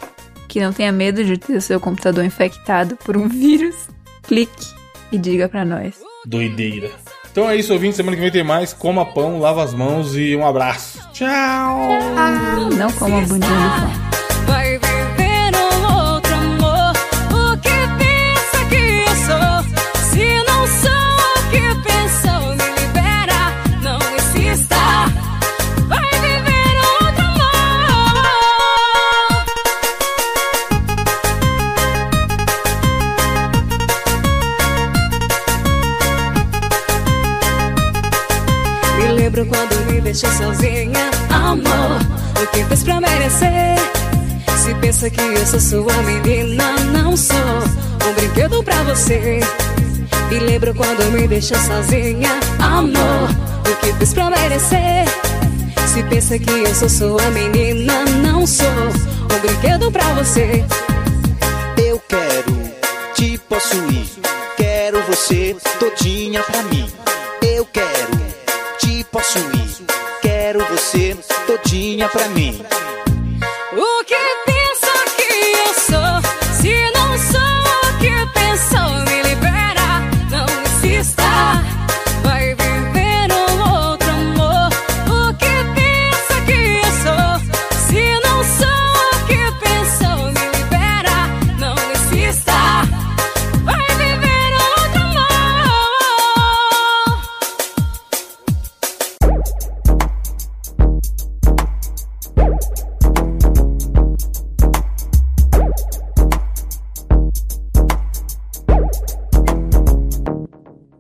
que não tenha medo de ter o seu computador infectado por um vírus, clique e diga pra nós.
Doideira. Então é isso, ouvinte. Semana que vem tem mais. Coma pão, lava as mãos e um abraço. Tchau.
Não como a bundinha do pão.
Vai viver um outro amor. O que pensa que eu sou? Se não sou o que pensou, me libera, não insista. Vai viver um outro amor. Me lembro quando me deixou sozinha, amor. O que fez pra merecer? Se pensa que eu sou sua menina, não sou um brinquedo pra você. Me lembro quando me deixou sozinha, amor. O que fez pra merecer? Se pensa que eu sou sua menina, não sou um brinquedo pra você.
Eu quero te possuir. Quero você todinha pra mim. Eu quero te possuir. Quero você todinha. gatinha pra mim.
um um